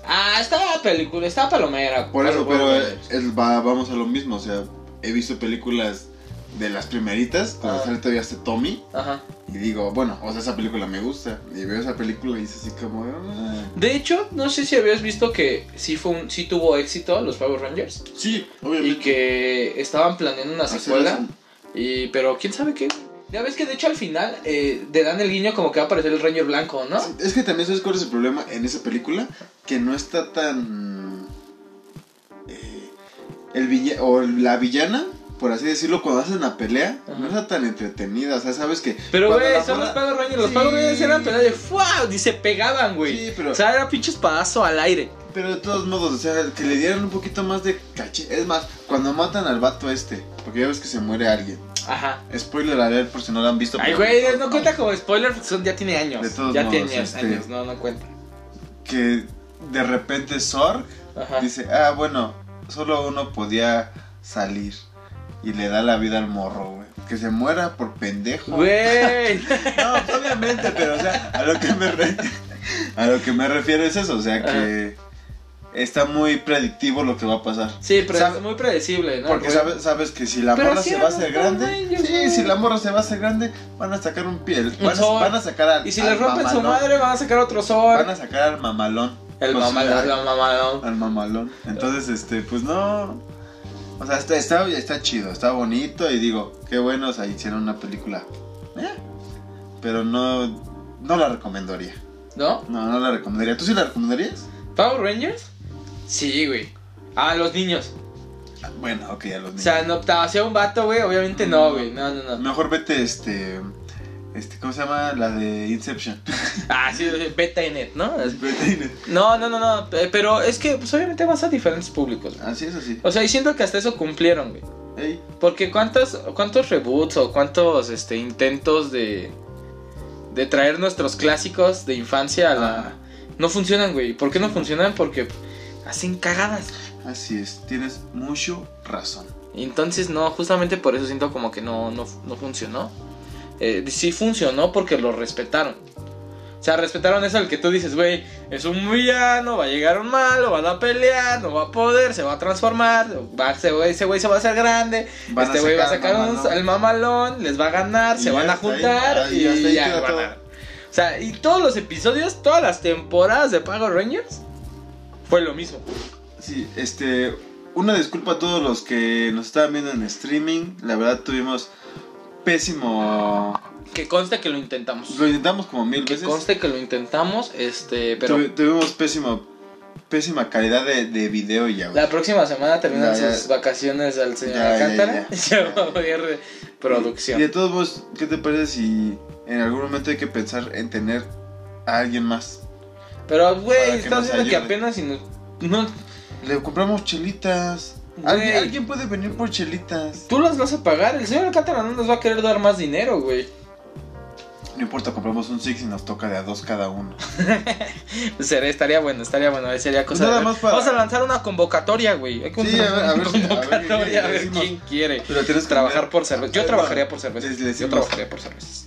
Speaker 2: Ah, estaba película, estaba palomera.
Speaker 3: Por eso,
Speaker 2: Power
Speaker 3: pero
Speaker 2: Rangers.
Speaker 3: eh, es- va- vamos a lo mismo, o sea, he visto películas de las primeritas, cuando
Speaker 2: Ah.
Speaker 3: sale todavía este Tommy,
Speaker 2: Ajá.
Speaker 3: y digo, bueno, o sea, esa película me gusta, y veo esa película y es así como... ah.
Speaker 2: De hecho, no sé si habías visto que sí, fue un, sí tuvo éxito los Power Rangers.
Speaker 3: Sí,
Speaker 2: Y
Speaker 3: obviamente.
Speaker 2: que estaban planeando una
Speaker 3: Hacer
Speaker 2: secuela.
Speaker 3: eso.
Speaker 2: Y, pero quién sabe qué. Ya ves que de hecho al final eh, te dan el guiño como que va a aparecer el Ranger blanco, ¿no?
Speaker 3: Ah, Sí, Es que también sabes cuál es el problema en esa película, que no está tan... eh, el villa- o la villana, por así decirlo, cuando hacen la pelea,
Speaker 2: Ajá.
Speaker 3: no está tan entretenida, o sea, sabes que...
Speaker 2: Pero,
Speaker 3: cuando
Speaker 2: güey,
Speaker 3: la
Speaker 2: son
Speaker 3: morra-
Speaker 2: los Power Rangers. Los
Speaker 3: Sí.
Speaker 2: Power Rangers eran pedazos de ¡fua! Y se pegaban, güey.
Speaker 3: Sí, pero,
Speaker 2: O sea, era pinche espadazo al aire.
Speaker 3: pero de todos modos, o sea, que le dieran un poquito más de caché. Es más, cuando matan al vato este, porque ya ves que se muere alguien.
Speaker 2: Ajá.
Speaker 3: Spoiler alert por si no lo han visto.
Speaker 2: Ay,
Speaker 3: pero-
Speaker 2: güey, no cuenta como spoiler porque son- ya tiene años.
Speaker 3: De todos
Speaker 2: ya
Speaker 3: modos,
Speaker 2: tiene
Speaker 3: este-
Speaker 2: años, no, no cuenta.
Speaker 3: Que de repente Zorg
Speaker 2: Ajá.
Speaker 3: Dice, ah, bueno, solo uno podía salir. Y le da la vida al morro, güey. Que se muera por pendejo. [laughs]
Speaker 2: Güey.
Speaker 3: No, pues, obviamente, pero o sea, a lo que me, re- a lo que me refiero es eso. O sea, que
Speaker 2: Ah.
Speaker 3: está muy predictivo lo que va a pasar.
Speaker 2: Sí, pero
Speaker 3: Sabe-
Speaker 2: es muy predecible, ¿no?
Speaker 3: Porque
Speaker 2: Güey.
Speaker 3: sabes, sabes que si la
Speaker 2: Pero
Speaker 3: morra
Speaker 2: así
Speaker 3: se va a
Speaker 2: eran
Speaker 3: hacer
Speaker 2: los
Speaker 3: grande,
Speaker 2: Power Rangers,
Speaker 3: sí,
Speaker 2: güey.
Speaker 3: si la morra se va a hacer grande, van a sacar un piel. Van a,
Speaker 2: zorro.
Speaker 3: van a sacar al.
Speaker 2: Y si
Speaker 3: al
Speaker 2: le rompen su
Speaker 3: mamalón.
Speaker 2: madre, van a sacar otro
Speaker 3: Van
Speaker 2: sol.
Speaker 3: a Pues, sacar al mamalón.
Speaker 2: El
Speaker 3: Con su-
Speaker 2: mamalón, la mamalón.
Speaker 3: al mamalón. Entonces, este, pues no. O sea, está, está, está chido, está bonito y digo, qué bueno, o sea, hicieron una película. Eh, Pero no, no la recomendaría.
Speaker 2: ¿No?
Speaker 3: No, no la recomendaría. ¿Tú sí la recomendarías?
Speaker 2: ¿Power Rangers? Sí, güey. Ah, los niños.
Speaker 3: Ah, Bueno, ok, a los
Speaker 2: O
Speaker 3: niños.
Speaker 2: sea, no te hacía un vato, güey. Obviamente no,
Speaker 3: Mm.
Speaker 2: güey. No, no, no.
Speaker 3: Mejor vete, este, este, ¿cómo se llama? La de
Speaker 2: [laughs]
Speaker 3: Inception.
Speaker 2: Ah, sí, beta y net, ¿no?
Speaker 3: Vete y-
Speaker 2: No, no, no, no. pe- Pero es que, pues obviamente vas a diferentes públicos. güey.
Speaker 3: así es, así.
Speaker 2: O sea, y siento que hasta eso cumplieron, güey.
Speaker 3: Ey,
Speaker 2: Porque cuántos, cuántos reboots o cuántos este, intentos de, de traer nuestros clásicos de infancia a la...
Speaker 3: Ajá.
Speaker 2: No funcionan, güey. ¿Por qué no funcionan? Porque hacen cagadas.
Speaker 3: así es, tienes mucho razón.
Speaker 2: Entonces, no, justamente por eso siento como que no, no, no funcionó. Eh, sí funcionó porque lo respetaron. O sea, respetaron eso el que tú dices, güey, es un villano, va a llegar un malo, van a pelear, no va a poder, se va a transformar, va, ese güey ese güey se va a hacer grande,
Speaker 3: Van
Speaker 2: este güey va a
Speaker 3: al
Speaker 2: sacar un-
Speaker 3: mamalón.
Speaker 2: el mamalón, les va a ganar,
Speaker 3: Y
Speaker 2: se
Speaker 3: ya
Speaker 2: van a
Speaker 3: está ahí,
Speaker 2: juntar
Speaker 3: ah, y
Speaker 2: y,
Speaker 3: hasta ahí
Speaker 2: ya
Speaker 3: queda
Speaker 2: van a-
Speaker 3: todo.
Speaker 2: O sea, y todos los episodios, todas las temporadas de Pago Rangers, fue lo mismo.
Speaker 3: Sí, este, una disculpa a todos los que nos estaban viendo en streaming. La verdad tuvimos pésimo.
Speaker 2: Que conste que lo intentamos.
Speaker 3: Lo intentamos como mil
Speaker 2: Que
Speaker 3: veces.
Speaker 2: conste que lo intentamos, este, pero
Speaker 3: Tuvi- tuvimos pésimo, pésima calidad de, de video y audio.
Speaker 2: la próxima semana terminan
Speaker 3: Ya, ya.
Speaker 2: sus vacaciones al señor
Speaker 3: Ya, ya,
Speaker 2: Alcántara.
Speaker 3: ya.
Speaker 2: [laughs] Ya, va a haber
Speaker 3: Y
Speaker 2: producción.
Speaker 3: de todos vos, ¿qué te parece si en algún momento hay que pensar en tener a alguien más?
Speaker 2: Pero,
Speaker 3: Para
Speaker 2: güey,
Speaker 3: que
Speaker 2: estás
Speaker 3: nos
Speaker 2: viendo que
Speaker 3: ayude.
Speaker 2: apenas si no, no-
Speaker 3: Le compramos chelitas. ¿Alguien,
Speaker 2: Güey.
Speaker 3: alguien puede venir por chelitas.
Speaker 2: Tú las vas a pagar. El señor Alcántara no nos va a querer dar más dinero, güey.
Speaker 3: No importa, compramos un six y nos toca de a dos cada uno.
Speaker 2: Sería, estaría bueno, estaría bueno. eh, Sería cosa
Speaker 3: Pues Nada
Speaker 2: de-
Speaker 3: más para-
Speaker 2: Vamos a lanzar una convocatoria, güey. Hay que
Speaker 3: Sí,
Speaker 2: lanzar
Speaker 3: a ver- a
Speaker 2: una
Speaker 3: ver si- a ver,
Speaker 2: convocatoria,
Speaker 3: le
Speaker 2: a ver
Speaker 3: decimos-
Speaker 2: quién quiere.
Speaker 3: Pero tienes que
Speaker 2: Trabajar
Speaker 3: tener-
Speaker 2: por cerveza. Yo
Speaker 3: Ahí va.
Speaker 2: trabajaría por cerveza.
Speaker 3: Les- les
Speaker 2: Yo
Speaker 3: decimos-
Speaker 2: trabajaría por cervezas.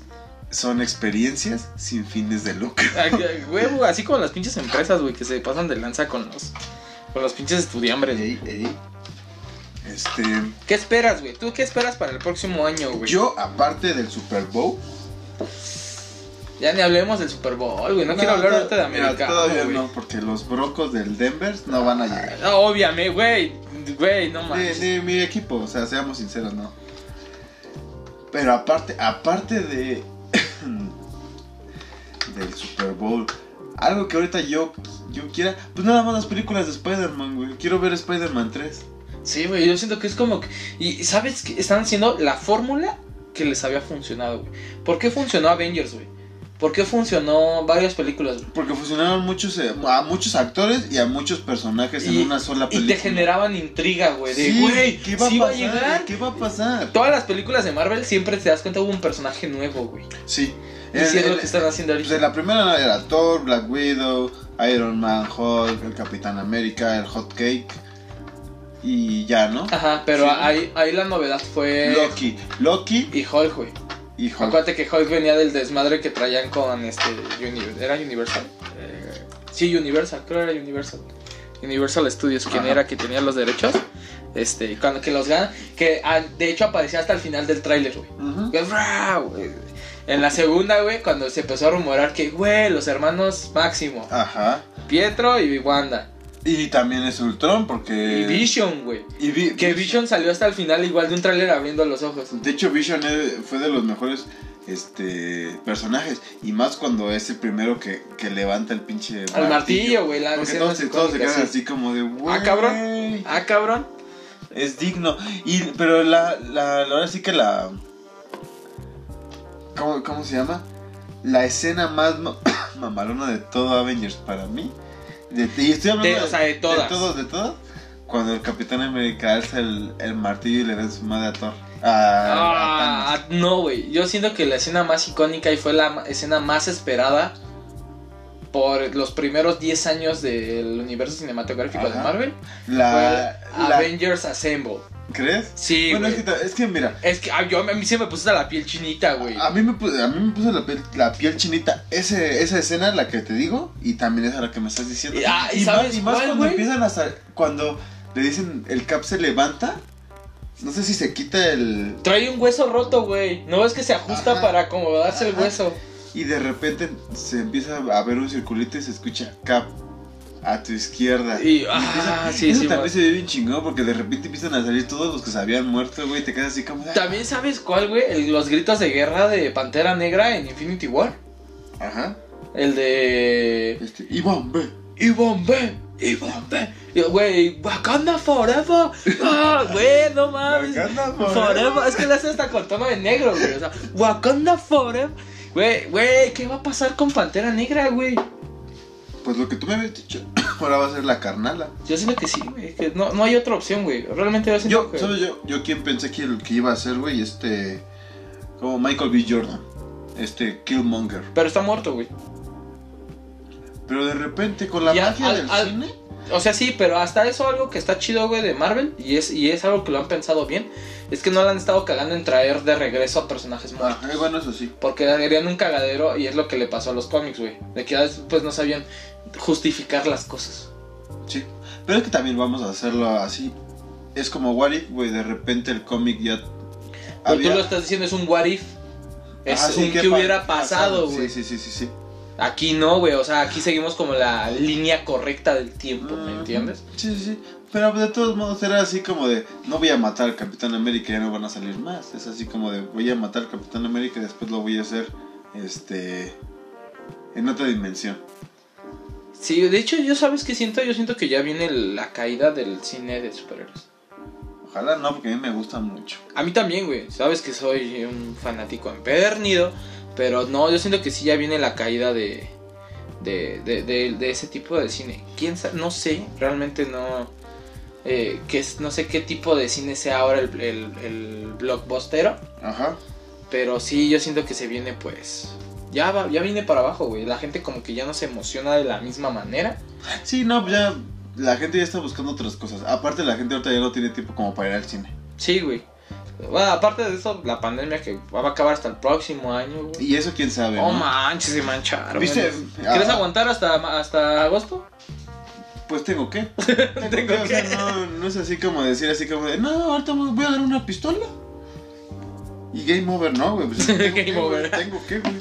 Speaker 3: Son experiencias sin fines de lucro.
Speaker 2: Ah, que- Güey, así como las pinches empresas, güey, que se pasan de lanza con los, con los pinches estudiambres. güey.
Speaker 3: Ey, ey. Este,
Speaker 2: ¿Qué esperas, güey? ¿Tú qué esperas para el próximo año, güey?
Speaker 3: yo aparte del Super Bowl,
Speaker 2: Ya ni hablemos del Super Bowl, güey. No, quiero hablar ahorita de
Speaker 3: mira,
Speaker 2: América.
Speaker 3: todavía
Speaker 2: güey.
Speaker 3: no, porque los brocos del Denver no van a llegar.
Speaker 2: Ah, Obviamente, güey. Güey, no
Speaker 3: Ni,
Speaker 2: mames.
Speaker 3: ni mi equipo, o sea, seamos sinceros, no. Pero aparte, aparte de. [coughs] del Super Bowl. Algo que ahorita yo, yo quiera. Pues nada más las películas de Spider-Man, güey. Quiero ver Spider-Man 3.
Speaker 2: Sí, güey, yo siento que es como que... Y sabes que están haciendo la fórmula que les había funcionado, güey. ¿Por qué funcionó Avengers, güey? ¿Por qué funcionó varias películas, güey?
Speaker 3: Porque fusionaron muchos, eh, a muchos actores y a muchos personajes
Speaker 2: Y-
Speaker 3: en una sola
Speaker 2: Y
Speaker 3: película.
Speaker 2: te generaban intriga, güey. De,
Speaker 3: Sí,
Speaker 2: güey,
Speaker 3: ¿qué va a
Speaker 2: sí
Speaker 3: pasar?
Speaker 2: va a llegar.
Speaker 3: ¿Qué va a pasar?
Speaker 2: Todas las películas de Marvel siempre te das cuenta hubo un personaje nuevo, güey.
Speaker 3: Sí.
Speaker 2: Y
Speaker 3: En-
Speaker 2: sí es
Speaker 3: en-
Speaker 2: lo que están haciendo
Speaker 3: Pues
Speaker 2: ahorita.
Speaker 3: en la primera era Thor, Black Widow, Iron Man, Hulk, el Capitán América, el Hot Cake y ya, ¿no?
Speaker 2: Ajá, pero
Speaker 3: Sí.
Speaker 2: ahí, ahí la novedad fue...
Speaker 3: Loki, Loki
Speaker 2: Y Hulk, güey.
Speaker 3: y Hulk.
Speaker 2: Acuérdate que Hulk venía del desmadre que traían con este. Uni- ¿Era Universal? Eh, sí, Universal, creo era Universal. Universal Studios, quien
Speaker 3: Ajá.
Speaker 2: era que tenía los derechos. Este, cuando que los ganan. Que ah, de hecho aparecía hasta el final del tráiler, güey.
Speaker 3: Ujú.
Speaker 2: Que, ¡fra! güey. En la segunda, güey, cuando se empezó a rumorar que, güey, los hermanos Máximo,
Speaker 3: Ajá.
Speaker 2: Pietro y Wanda.
Speaker 3: Y también es Ultron porque...
Speaker 2: Y Vision, güey.
Speaker 3: y Vi-
Speaker 2: Que Vision salió hasta el final igual de un tráiler abriendo los ojos.
Speaker 3: De hecho, Vision eh, fue de los mejores este personajes y más cuando es el primero que, que levanta el pinche
Speaker 2: Al martillo, güey. la
Speaker 3: Ah, porque
Speaker 2: escena es
Speaker 3: todos, se- todos se
Speaker 2: icónica,
Speaker 3: quedan
Speaker 2: sí.
Speaker 3: así como de
Speaker 2: Ah, cabrón.
Speaker 3: "Güey".
Speaker 2: Ah, cabrón.
Speaker 3: Es digno. Y, pero la, la, la- ahora sí que la. ¿Cómo, cómo se llama? La escena más ma- [coughs] mamalona de todo Avengers para mí. De, de- y estoy hablando
Speaker 2: De- o sea, de todas.
Speaker 3: De todos, de todas. Cuando el Capitán América alza el, el martillo y le da su madre a Thor. A, a Thanos.
Speaker 2: Ah, no, güey. Yo siento que la escena más icónica y fue la ma- escena más esperada por los primeros 10 años del universo cinematográfico de
Speaker 3: Ajá.
Speaker 2: Marvel.
Speaker 3: La,
Speaker 2: fue
Speaker 3: la-
Speaker 2: Avengers Assemble.
Speaker 3: ¿Crees?
Speaker 2: Sí,
Speaker 3: bueno, es que,
Speaker 2: güey.
Speaker 3: ta- es que mira.
Speaker 2: Es que ah, yo, a mí se me puso la piel chinita, güey.
Speaker 3: A mí, me puso, a mí me puso la piel, la piel chinita ese, esa escena, la que te digo, y también esa la que me estás diciendo.
Speaker 2: Y- ah, ¿y
Speaker 3: y,
Speaker 2: sabes
Speaker 3: más, y más
Speaker 2: cuál,
Speaker 3: cuando
Speaker 2: güey?
Speaker 3: empiezan a sal- cuando le dicen el cap se levanta, no sé si se quita el
Speaker 2: Trae un hueso roto, güey. No es que se ajusta
Speaker 3: Ajá.
Speaker 2: para acomodarse el
Speaker 3: Ajá.
Speaker 2: hueso.
Speaker 3: y de repente se empieza a ver un circulito y se escucha cap a tu izquierda.
Speaker 2: Y, ah,
Speaker 3: empieza-
Speaker 2: sí,
Speaker 3: eso
Speaker 2: sí.
Speaker 3: también
Speaker 2: güey.
Speaker 3: se ve bien chingón porque de repente empiezan a salir todos los que se habían muerto, güey, y te quedas así como ah.
Speaker 2: También sabes cuál, güey, El- los gritos de guerra de Pantera Negra en Infinity War.
Speaker 3: ajá.
Speaker 2: El de
Speaker 3: Este, y bombe.
Speaker 2: Y bombé, y bombé. Y, Güey, Wakanda Forever. [laughs] Ah, güey, no mames.
Speaker 3: Wakanda
Speaker 2: Forever. Es que le hace hasta con tono de negro, güey. O sea, Wakanda Forever. Güey, güey, ¿qué va a pasar con Pantera Negra, güey?
Speaker 3: Pues lo que tú me habías dicho, [coughs] ahora va a ser la carnala.
Speaker 2: Yo siento que sí, güey. que no, no hay otra opción, güey. Realmente yo siento
Speaker 3: Yo,
Speaker 2: que.
Speaker 3: ¿sabes? Yo, yo quien pensé que, el que iba a ser, güey, este. Como Michael B. Jordan. Este Killmonger.
Speaker 2: Pero está muerto, güey.
Speaker 3: Pero de repente, con la
Speaker 2: Y al-
Speaker 3: magia
Speaker 2: al-
Speaker 3: del
Speaker 2: al-
Speaker 3: cine.
Speaker 2: O sea, sí, pero hasta eso algo que está chido, güey, de Marvel. Y es, y es algo que lo han pensado bien. Es que no le han estado cagando en traer de regreso a personajes muertos.
Speaker 3: Ajá, bueno, eso sí.
Speaker 2: Porque harían un cagadero y es lo que le pasó a los cómics, güey. De que ya después no sabían justificar las cosas.
Speaker 3: Sí. Pero es que también vamos a hacerlo así. Es como What If, güey, de repente el cómic ya.
Speaker 2: Pero Pues tú lo
Speaker 3: había-
Speaker 2: estás diciendo, es un what if. Es
Speaker 3: Ajá, sí,
Speaker 2: un
Speaker 3: ¿qué
Speaker 2: que
Speaker 3: pa-
Speaker 2: hubiera
Speaker 3: qué
Speaker 2: pasado, güey.
Speaker 3: Sí, sí, sí, sí. sí.
Speaker 2: Aquí no, güey. O sea, aquí seguimos como la línea correcta del tiempo, ¿me
Speaker 3: Mm,
Speaker 2: entiendes?
Speaker 3: Sí, sí, sí. Pero de todos modos era así como de, no voy a matar al Capitán América, ya no van a salir más. Es así como de, voy a matar al Capitán América y después lo voy a hacer, este, en otra dimensión.
Speaker 2: Sí, de hecho, yo sabes que siento, yo siento que ya viene la caída del cine de superhéroes.
Speaker 3: Ojalá no, porque a mí me gusta mucho.
Speaker 2: A mí también, güey. Sabes que soy un fanático empedernido. Pero no, yo siento que sí ya viene la caída de. de, de, de- de ese tipo de cine. ¿Quién sabe? No sé, realmente no. eh, que es- no sé qué tipo de cine sea ahora el, el, el blockbustero.
Speaker 3: Ajá.
Speaker 2: Pero sí, yo siento que se viene pues. Ya, va, ya viene para abajo, güey. La gente como que ya no se emociona de la misma manera.
Speaker 3: Sí, no, pues ya, la gente ya está buscando otras cosas. Aparte, la gente ahorita ya no tiene tiempo como para ir al cine.
Speaker 2: Sí, güey. Bueno, aparte de eso, la pandemia que va a acabar hasta el próximo año, güey.
Speaker 3: Y eso quién sabe,
Speaker 2: Oh
Speaker 3: ¿no?
Speaker 2: manches, se mancharon.
Speaker 3: ¿Viste?
Speaker 2: ¿Quieres
Speaker 3: Ah.
Speaker 2: aguantar hasta, hasta agosto?
Speaker 3: Pues
Speaker 2: [laughs]
Speaker 3: tengo que. Tengo, que, o sea,
Speaker 2: que.
Speaker 3: no, no es así como decir así como de, no, ahorita me voy a dar una pistola. Y game over, no, güey. pues,
Speaker 2: [laughs]
Speaker 3: tengo
Speaker 2: Game
Speaker 3: que, güey,
Speaker 2: over.
Speaker 3: Tengo que, güey.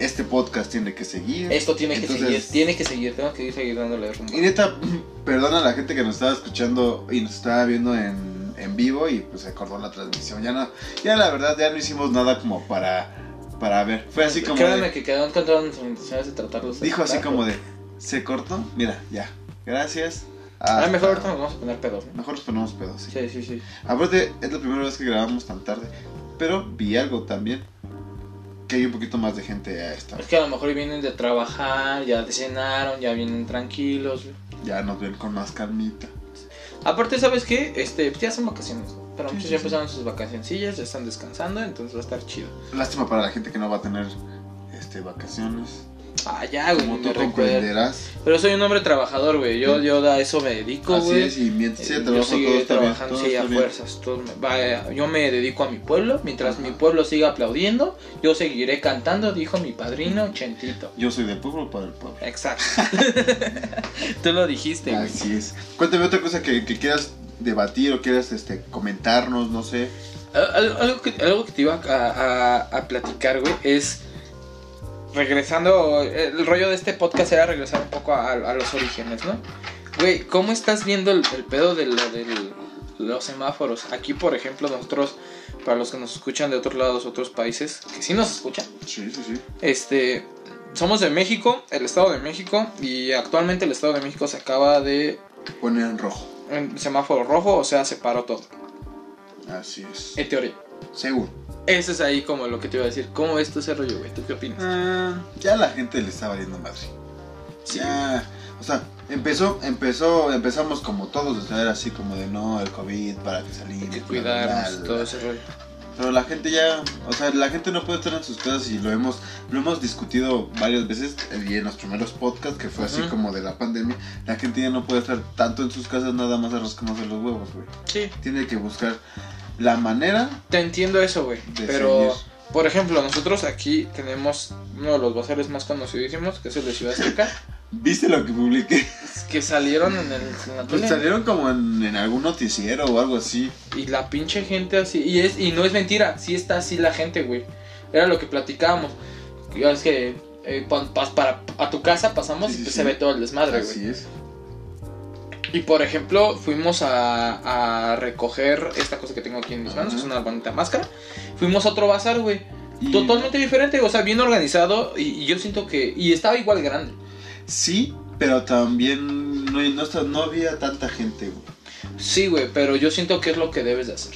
Speaker 3: este podcast tiene que seguir.
Speaker 2: Esto tiene que
Speaker 3: Entonces-
Speaker 2: seguir, tiene que seguir, tengo que ir seguir dándole rumbo.
Speaker 3: Y neta, [laughs] perdona a la gente que nos estaba escuchando y nos estaba viendo en, en vivo y pues se cortó la transmisión. Ya no, ya la verdad, ya no hicimos nada como para, para ver. Fue así como
Speaker 2: Créanme
Speaker 3: de,
Speaker 2: Pues, que quedaron encontraron las intenciones de tratarlos. de
Speaker 3: dijo así
Speaker 2: tratar.
Speaker 3: como de, ¿se cortó? Mira, ya. Gracias.
Speaker 2: Ah,
Speaker 3: Hasta-
Speaker 2: mejor ahorita nos vamos a poner pedos. ¿no?
Speaker 3: Mejor nos ponemos pedos, sí.
Speaker 2: Sí, sí, sí.
Speaker 3: Aparte, es la primera vez que grabamos tan tarde. Pero vi algo también. Que hay un poquito más de gente a esta.
Speaker 2: Es que a lo mejor vienen de trabajar, ya cenaron, ya vienen tranquilos. güey.
Speaker 3: Ya nos ven con más calmita.
Speaker 2: Aparte, ¿sabes qué? Este, pues ya son vacaciones. güey. Pero
Speaker 3: Sí,
Speaker 2: muchos
Speaker 3: sí,
Speaker 2: ya
Speaker 3: sí.
Speaker 2: empezaron sus vacacioncillas, ya están descansando, entonces va a estar chido.
Speaker 3: Lástima para la gente que no va a tener este, vacaciones.
Speaker 2: Ah, ya, güey,
Speaker 3: Como
Speaker 2: me
Speaker 3: tú
Speaker 2: recuerdo.
Speaker 3: comprenderás.
Speaker 2: Pero soy un hombre trabajador, güey. Yo,
Speaker 3: Mm.
Speaker 2: yo a eso me dedico,
Speaker 3: Así
Speaker 2: güey.
Speaker 3: es, y mientras
Speaker 2: Eh,
Speaker 3: se
Speaker 2: yo
Speaker 3: trabaja todo
Speaker 2: seguiré
Speaker 3: está bien.
Speaker 2: trabajando
Speaker 3: Todo
Speaker 2: sí, a
Speaker 3: está bien.
Speaker 2: fuerzas. todo me- vaya, yo me dedico a mi pueblo. Mientras
Speaker 3: Ajá.
Speaker 2: mi pueblo siga aplaudiendo, yo seguiré cantando, dijo mi padrino Chentito.
Speaker 3: Yo soy del pueblo para el pueblo. [laughs]
Speaker 2: Exacto. [laughs] Tú lo dijiste, güey.
Speaker 3: Así es. Cuéntame otra cosa que, que quieras debatir o quieras este, comentarnos, no sé.
Speaker 2: Al- al- Algo que, algo que te iba a, a- a platicar, güey, es regresando. El rollo de este podcast era regresar un poco a, a los orígenes, ¿no? Güey, ¿cómo estás viendo el, el pedo de lo del- los semáforos? Aquí, por ejemplo, nosotros, para los que nos escuchan de otros lados, otros países, que sí nos escuchan,
Speaker 3: Sí, sí, sí.
Speaker 2: este. Somos de México, el Estado de México, y actualmente el Estado de México se acaba de.
Speaker 3: Poner en rojo.
Speaker 2: en semáforo rojo, o sea, se paró todo,
Speaker 3: Así es.
Speaker 2: en teoría.
Speaker 3: Seguro.
Speaker 2: Eso es ahí como lo que te iba a decir. ¿Cómo ves tú ese rollo, güey? ¿Tú qué opinas?
Speaker 3: Ah, ya la gente le está valiendo madre. Ya, o sea, empezó, empezó, empezamos como todos, a era así como de no, el COVID, para que salimos.
Speaker 2: Hay que
Speaker 3: bla, bla,
Speaker 2: cuidarnos,
Speaker 3: bla,
Speaker 2: todo
Speaker 3: bla.
Speaker 2: ese rollo.
Speaker 3: Pero la gente ya, o sea, la gente no puede estar en sus casas y lo hemos, lo hemos discutido varias veces eh, y en los primeros podcasts, que fue así
Speaker 2: Ajá.
Speaker 3: como de la pandemia, la gente ya no puede estar tanto en sus casas nada más arrascándose los huevos, güey.
Speaker 2: Sí.
Speaker 3: Tiene que buscar la manera
Speaker 2: Te entiendo eso, güey.
Speaker 3: de
Speaker 2: Pero,
Speaker 3: seguir.
Speaker 2: por ejemplo, nosotros aquí tenemos uno de los bazares más conocidísimos, que es el de Ciudad Azteca,
Speaker 3: [laughs] ¿Viste lo que publiqué?
Speaker 2: que salieron en, el, en la
Speaker 3: Pues
Speaker 2: tele.
Speaker 3: salieron como en, en algún noticiero o algo así.
Speaker 2: Y la pinche gente así. Y, es, y no es mentira, sí está así la gente, güey. Era lo que platicábamos. Ya Es que eh, pa- pa- para, a tu casa pasamos y
Speaker 3: Sí, sí,
Speaker 2: pues
Speaker 3: sí. Ah,
Speaker 2: se ve todo el desmadre, güey.
Speaker 3: así es.
Speaker 2: Y por ejemplo, fuimos a, a recoger esta cosa que tengo aquí en mis manos,
Speaker 3: Ajá.
Speaker 2: es una bonita máscara. Fuimos a otro bazar, güey.
Speaker 3: Y-
Speaker 2: Totalmente diferente, o sea, bien organizado. Y, y yo siento que. Y estaba igual grande.
Speaker 3: Sí, pero también no, no, está- no había tanta gente, güey.
Speaker 2: Sí, güey, pero yo siento que es lo que debes de hacer.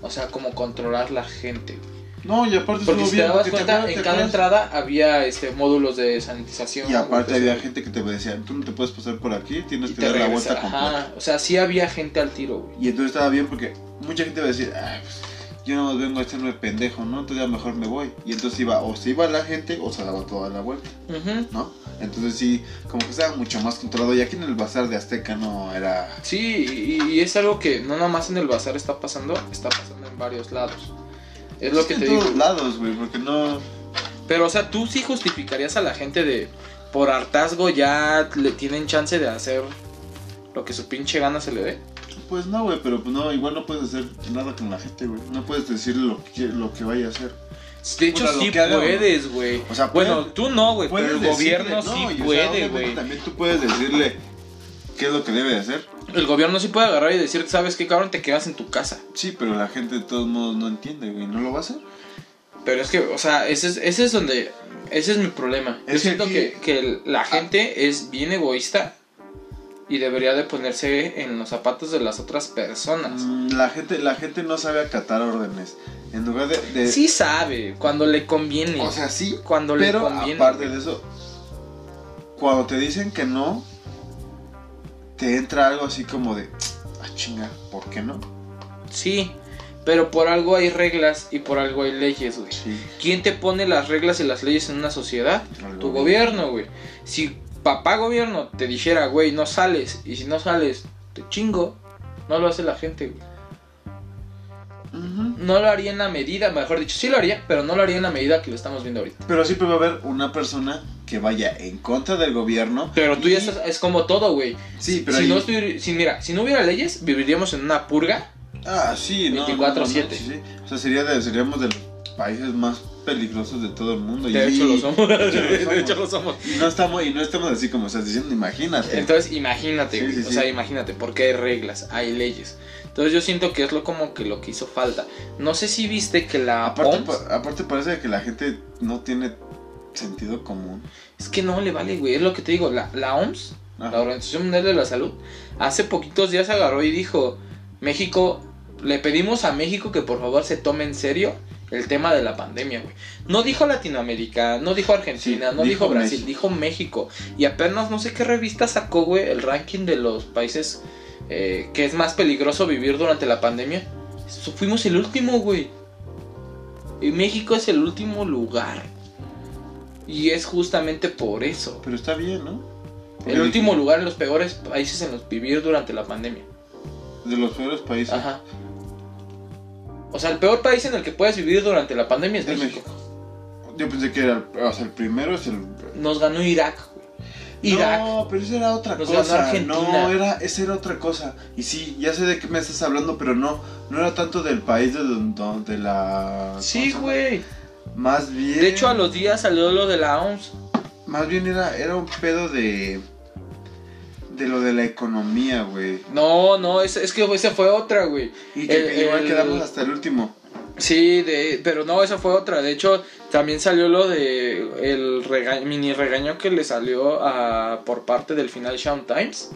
Speaker 2: O sea, como controlar la gente. güey.
Speaker 3: No, y aparte
Speaker 2: Porque
Speaker 3: estuvo
Speaker 2: si te
Speaker 3: bien,
Speaker 2: dabas
Speaker 3: porque
Speaker 2: cuenta,
Speaker 3: acuerdas-
Speaker 2: en
Speaker 3: te
Speaker 2: cada
Speaker 3: acuerdas-
Speaker 2: entrada había este módulos de sanitización.
Speaker 3: Y aparte
Speaker 2: güey,
Speaker 3: había
Speaker 2: pues,
Speaker 3: gente que te decía, tú no te puedes pasar por aquí, tienes
Speaker 2: Y
Speaker 3: que
Speaker 2: te
Speaker 3: dar la
Speaker 2: regresa-
Speaker 3: vuelta completa.
Speaker 2: Ajá, o sea, sí había gente al tiro, güey.
Speaker 3: Y entonces estaba bien porque mucha gente iba a decir, "Ay, pues, yo no vengo a hacerme pendejo, ¿no? Entonces ya mejor me voy. Y entonces iba, o se iba la gente o se daba toda la vuelta,
Speaker 2: Ujú.
Speaker 3: ¿no? Entonces sí, como que estaba mucho más controlado. Y aquí en el bazar de Azteca no era...
Speaker 2: Sí, y, y es algo que no nada más en el bazar está pasando, está pasando en varios lados. Es lo que
Speaker 3: en
Speaker 2: te digo.
Speaker 3: todos lados, güey, porque no...
Speaker 2: Pero, o sea, tú sí justificarías a la gente de por hartazgo ya le tienen chance de hacer lo que su pinche gana se le dé.
Speaker 3: Pues no, güey, pero pues no, igual no puedes hacer nada con la gente, güey. No puedes decirle lo que, lo que vaya a hacer.
Speaker 2: De hecho,
Speaker 3: Puta, lo
Speaker 2: sí
Speaker 3: que haga,
Speaker 2: puedes, güey.
Speaker 3: O sea,
Speaker 2: bueno,
Speaker 3: puede-
Speaker 2: tú no, güey, pero
Speaker 3: Puedes
Speaker 2: el
Speaker 3: decirle,
Speaker 2: gobierno
Speaker 3: no,
Speaker 2: sí
Speaker 3: y, o sea,
Speaker 2: puede,
Speaker 3: obviamente
Speaker 2: güey.
Speaker 3: También tú puedes decirle qué es lo que debe de hacer.
Speaker 2: El gobierno sí puede agarrar y decir, ¿sabes qué, cabrón? Te quedas en tu casa.
Speaker 3: Sí, pero la gente de todos modos no entiende, güey. ¿No lo va a hacer?
Speaker 2: Pero es que, o sea, ese es, ese es donde. Ese es mi problema. Yo
Speaker 3: Es que
Speaker 2: siento
Speaker 3: aquí-
Speaker 2: que,
Speaker 3: Ah.
Speaker 2: que la gente es bien egoísta y debería de ponerse en los zapatos de las otras personas.
Speaker 3: Mm, La gente, la gente no sabe acatar órdenes. En lugar de... de-
Speaker 2: Sí sabe, cuando le conviene.
Speaker 3: o sea, sí,
Speaker 2: cuando le
Speaker 3: pero
Speaker 2: conviene.
Speaker 3: aparte de eso, cuando te dicen que no, te entra algo así como de... Ah, chinga, ¿por qué no?
Speaker 2: Sí, pero por algo hay reglas y por algo hay leyes, güey.
Speaker 3: Sí.
Speaker 2: ¿Quién te pone las reglas y las leyes en una sociedad?
Speaker 3: algo
Speaker 2: Tu
Speaker 3: bien.
Speaker 2: gobierno, güey. Si papá gobierno te dijera, güey, no sales, y si no sales, te chingo, no lo hace la gente, güey.
Speaker 3: Ujú.
Speaker 2: No lo haría en la medida, mejor dicho, sí lo haría, pero no lo haría en la medida que lo estamos viendo ahorita.
Speaker 3: Pero siempre va a haber una persona que vaya en contra del gobierno.
Speaker 2: Pero tú
Speaker 3: y-
Speaker 2: ya estás, es como todo, güey.
Speaker 3: Sí, pero
Speaker 2: si
Speaker 3: ahí-
Speaker 2: no estuviera- si mira, si no hubiera leyes, viviríamos en una purga
Speaker 3: Ah, sí, no, no, no, no,
Speaker 2: 24/7.
Speaker 3: sí, sí. O sea, sería de- seríamos de los países más peligrosos de todo el mundo.
Speaker 2: De
Speaker 3: y,
Speaker 2: hecho lo
Speaker 3: [laughs]
Speaker 2: somos.
Speaker 3: De hecho lo
Speaker 2: De
Speaker 3: somos.
Speaker 2: hecho lo somos.
Speaker 3: Y no estamos, y no estamos así como estás diciendo, imagínate.
Speaker 2: Entonces, imagínate,
Speaker 3: Sí,
Speaker 2: güey,
Speaker 3: sí,
Speaker 2: o
Speaker 3: sí.
Speaker 2: sea, imagínate, porque hay reglas, hay leyes. Entonces, yo siento que es lo como que lo que hizo falta. No sé si viste que la
Speaker 3: aparte,
Speaker 2: OMS-
Speaker 3: pa- aparte parece que la gente no tiene sentido común.
Speaker 2: es que no le vale, güey, es lo que te digo, la, la OMS,
Speaker 3: Ajá.
Speaker 2: la Organización Mundial de la Salud, hace poquitos días agarró y dijo, "México, le pedimos a México que por favor se tome en serio el tema de la pandemia, güey." No dijo Latinoamérica, no dijo Argentina,
Speaker 3: Sí,
Speaker 2: no dijo,
Speaker 3: dijo
Speaker 2: Brasil,
Speaker 3: México.
Speaker 2: dijo México y apenas no sé qué revista sacó, güey, el ranking de los países eh, que es más peligroso vivir durante la pandemia. Su- Fuimos el último, güey. Y México es el último lugar. Y es justamente por eso.
Speaker 3: Pero está bien, ¿no? Porque
Speaker 2: El último lugar en los peores países en los vivir durante la pandemia.
Speaker 3: De los peores países.
Speaker 2: Ajá. O sea, el peor país en el que puedes vivir durante la pandemia es
Speaker 3: Es
Speaker 2: México.
Speaker 3: Yo pensé que era, el- o sea, el primero es el...
Speaker 2: Nos ganó Irak, güey. Irak.
Speaker 3: No, pero esa era otra
Speaker 2: Nos ganó
Speaker 3: cosa.
Speaker 2: Argentina.
Speaker 3: No, era, esa era otra cosa. Y sí, ya sé de qué me estás hablando, pero no, no era tanto del país de donde de la...
Speaker 2: sí,
Speaker 3: ¿cómo se
Speaker 2: güey.
Speaker 3: llama? Más bien...
Speaker 2: De hecho, a los días salió lo de la OMS.
Speaker 3: Más bien era, era un pedo de... De lo de la economía, güey.
Speaker 2: No, no, es, es que esa fue otra, güey.
Speaker 3: Y que
Speaker 2: El-
Speaker 3: igual
Speaker 2: el-
Speaker 3: quedamos hasta el último.
Speaker 2: Sí, de, pero no, esa fue otra. De hecho, también salió lo de el rega- mini regaño que le salió a, por parte del Financial Times,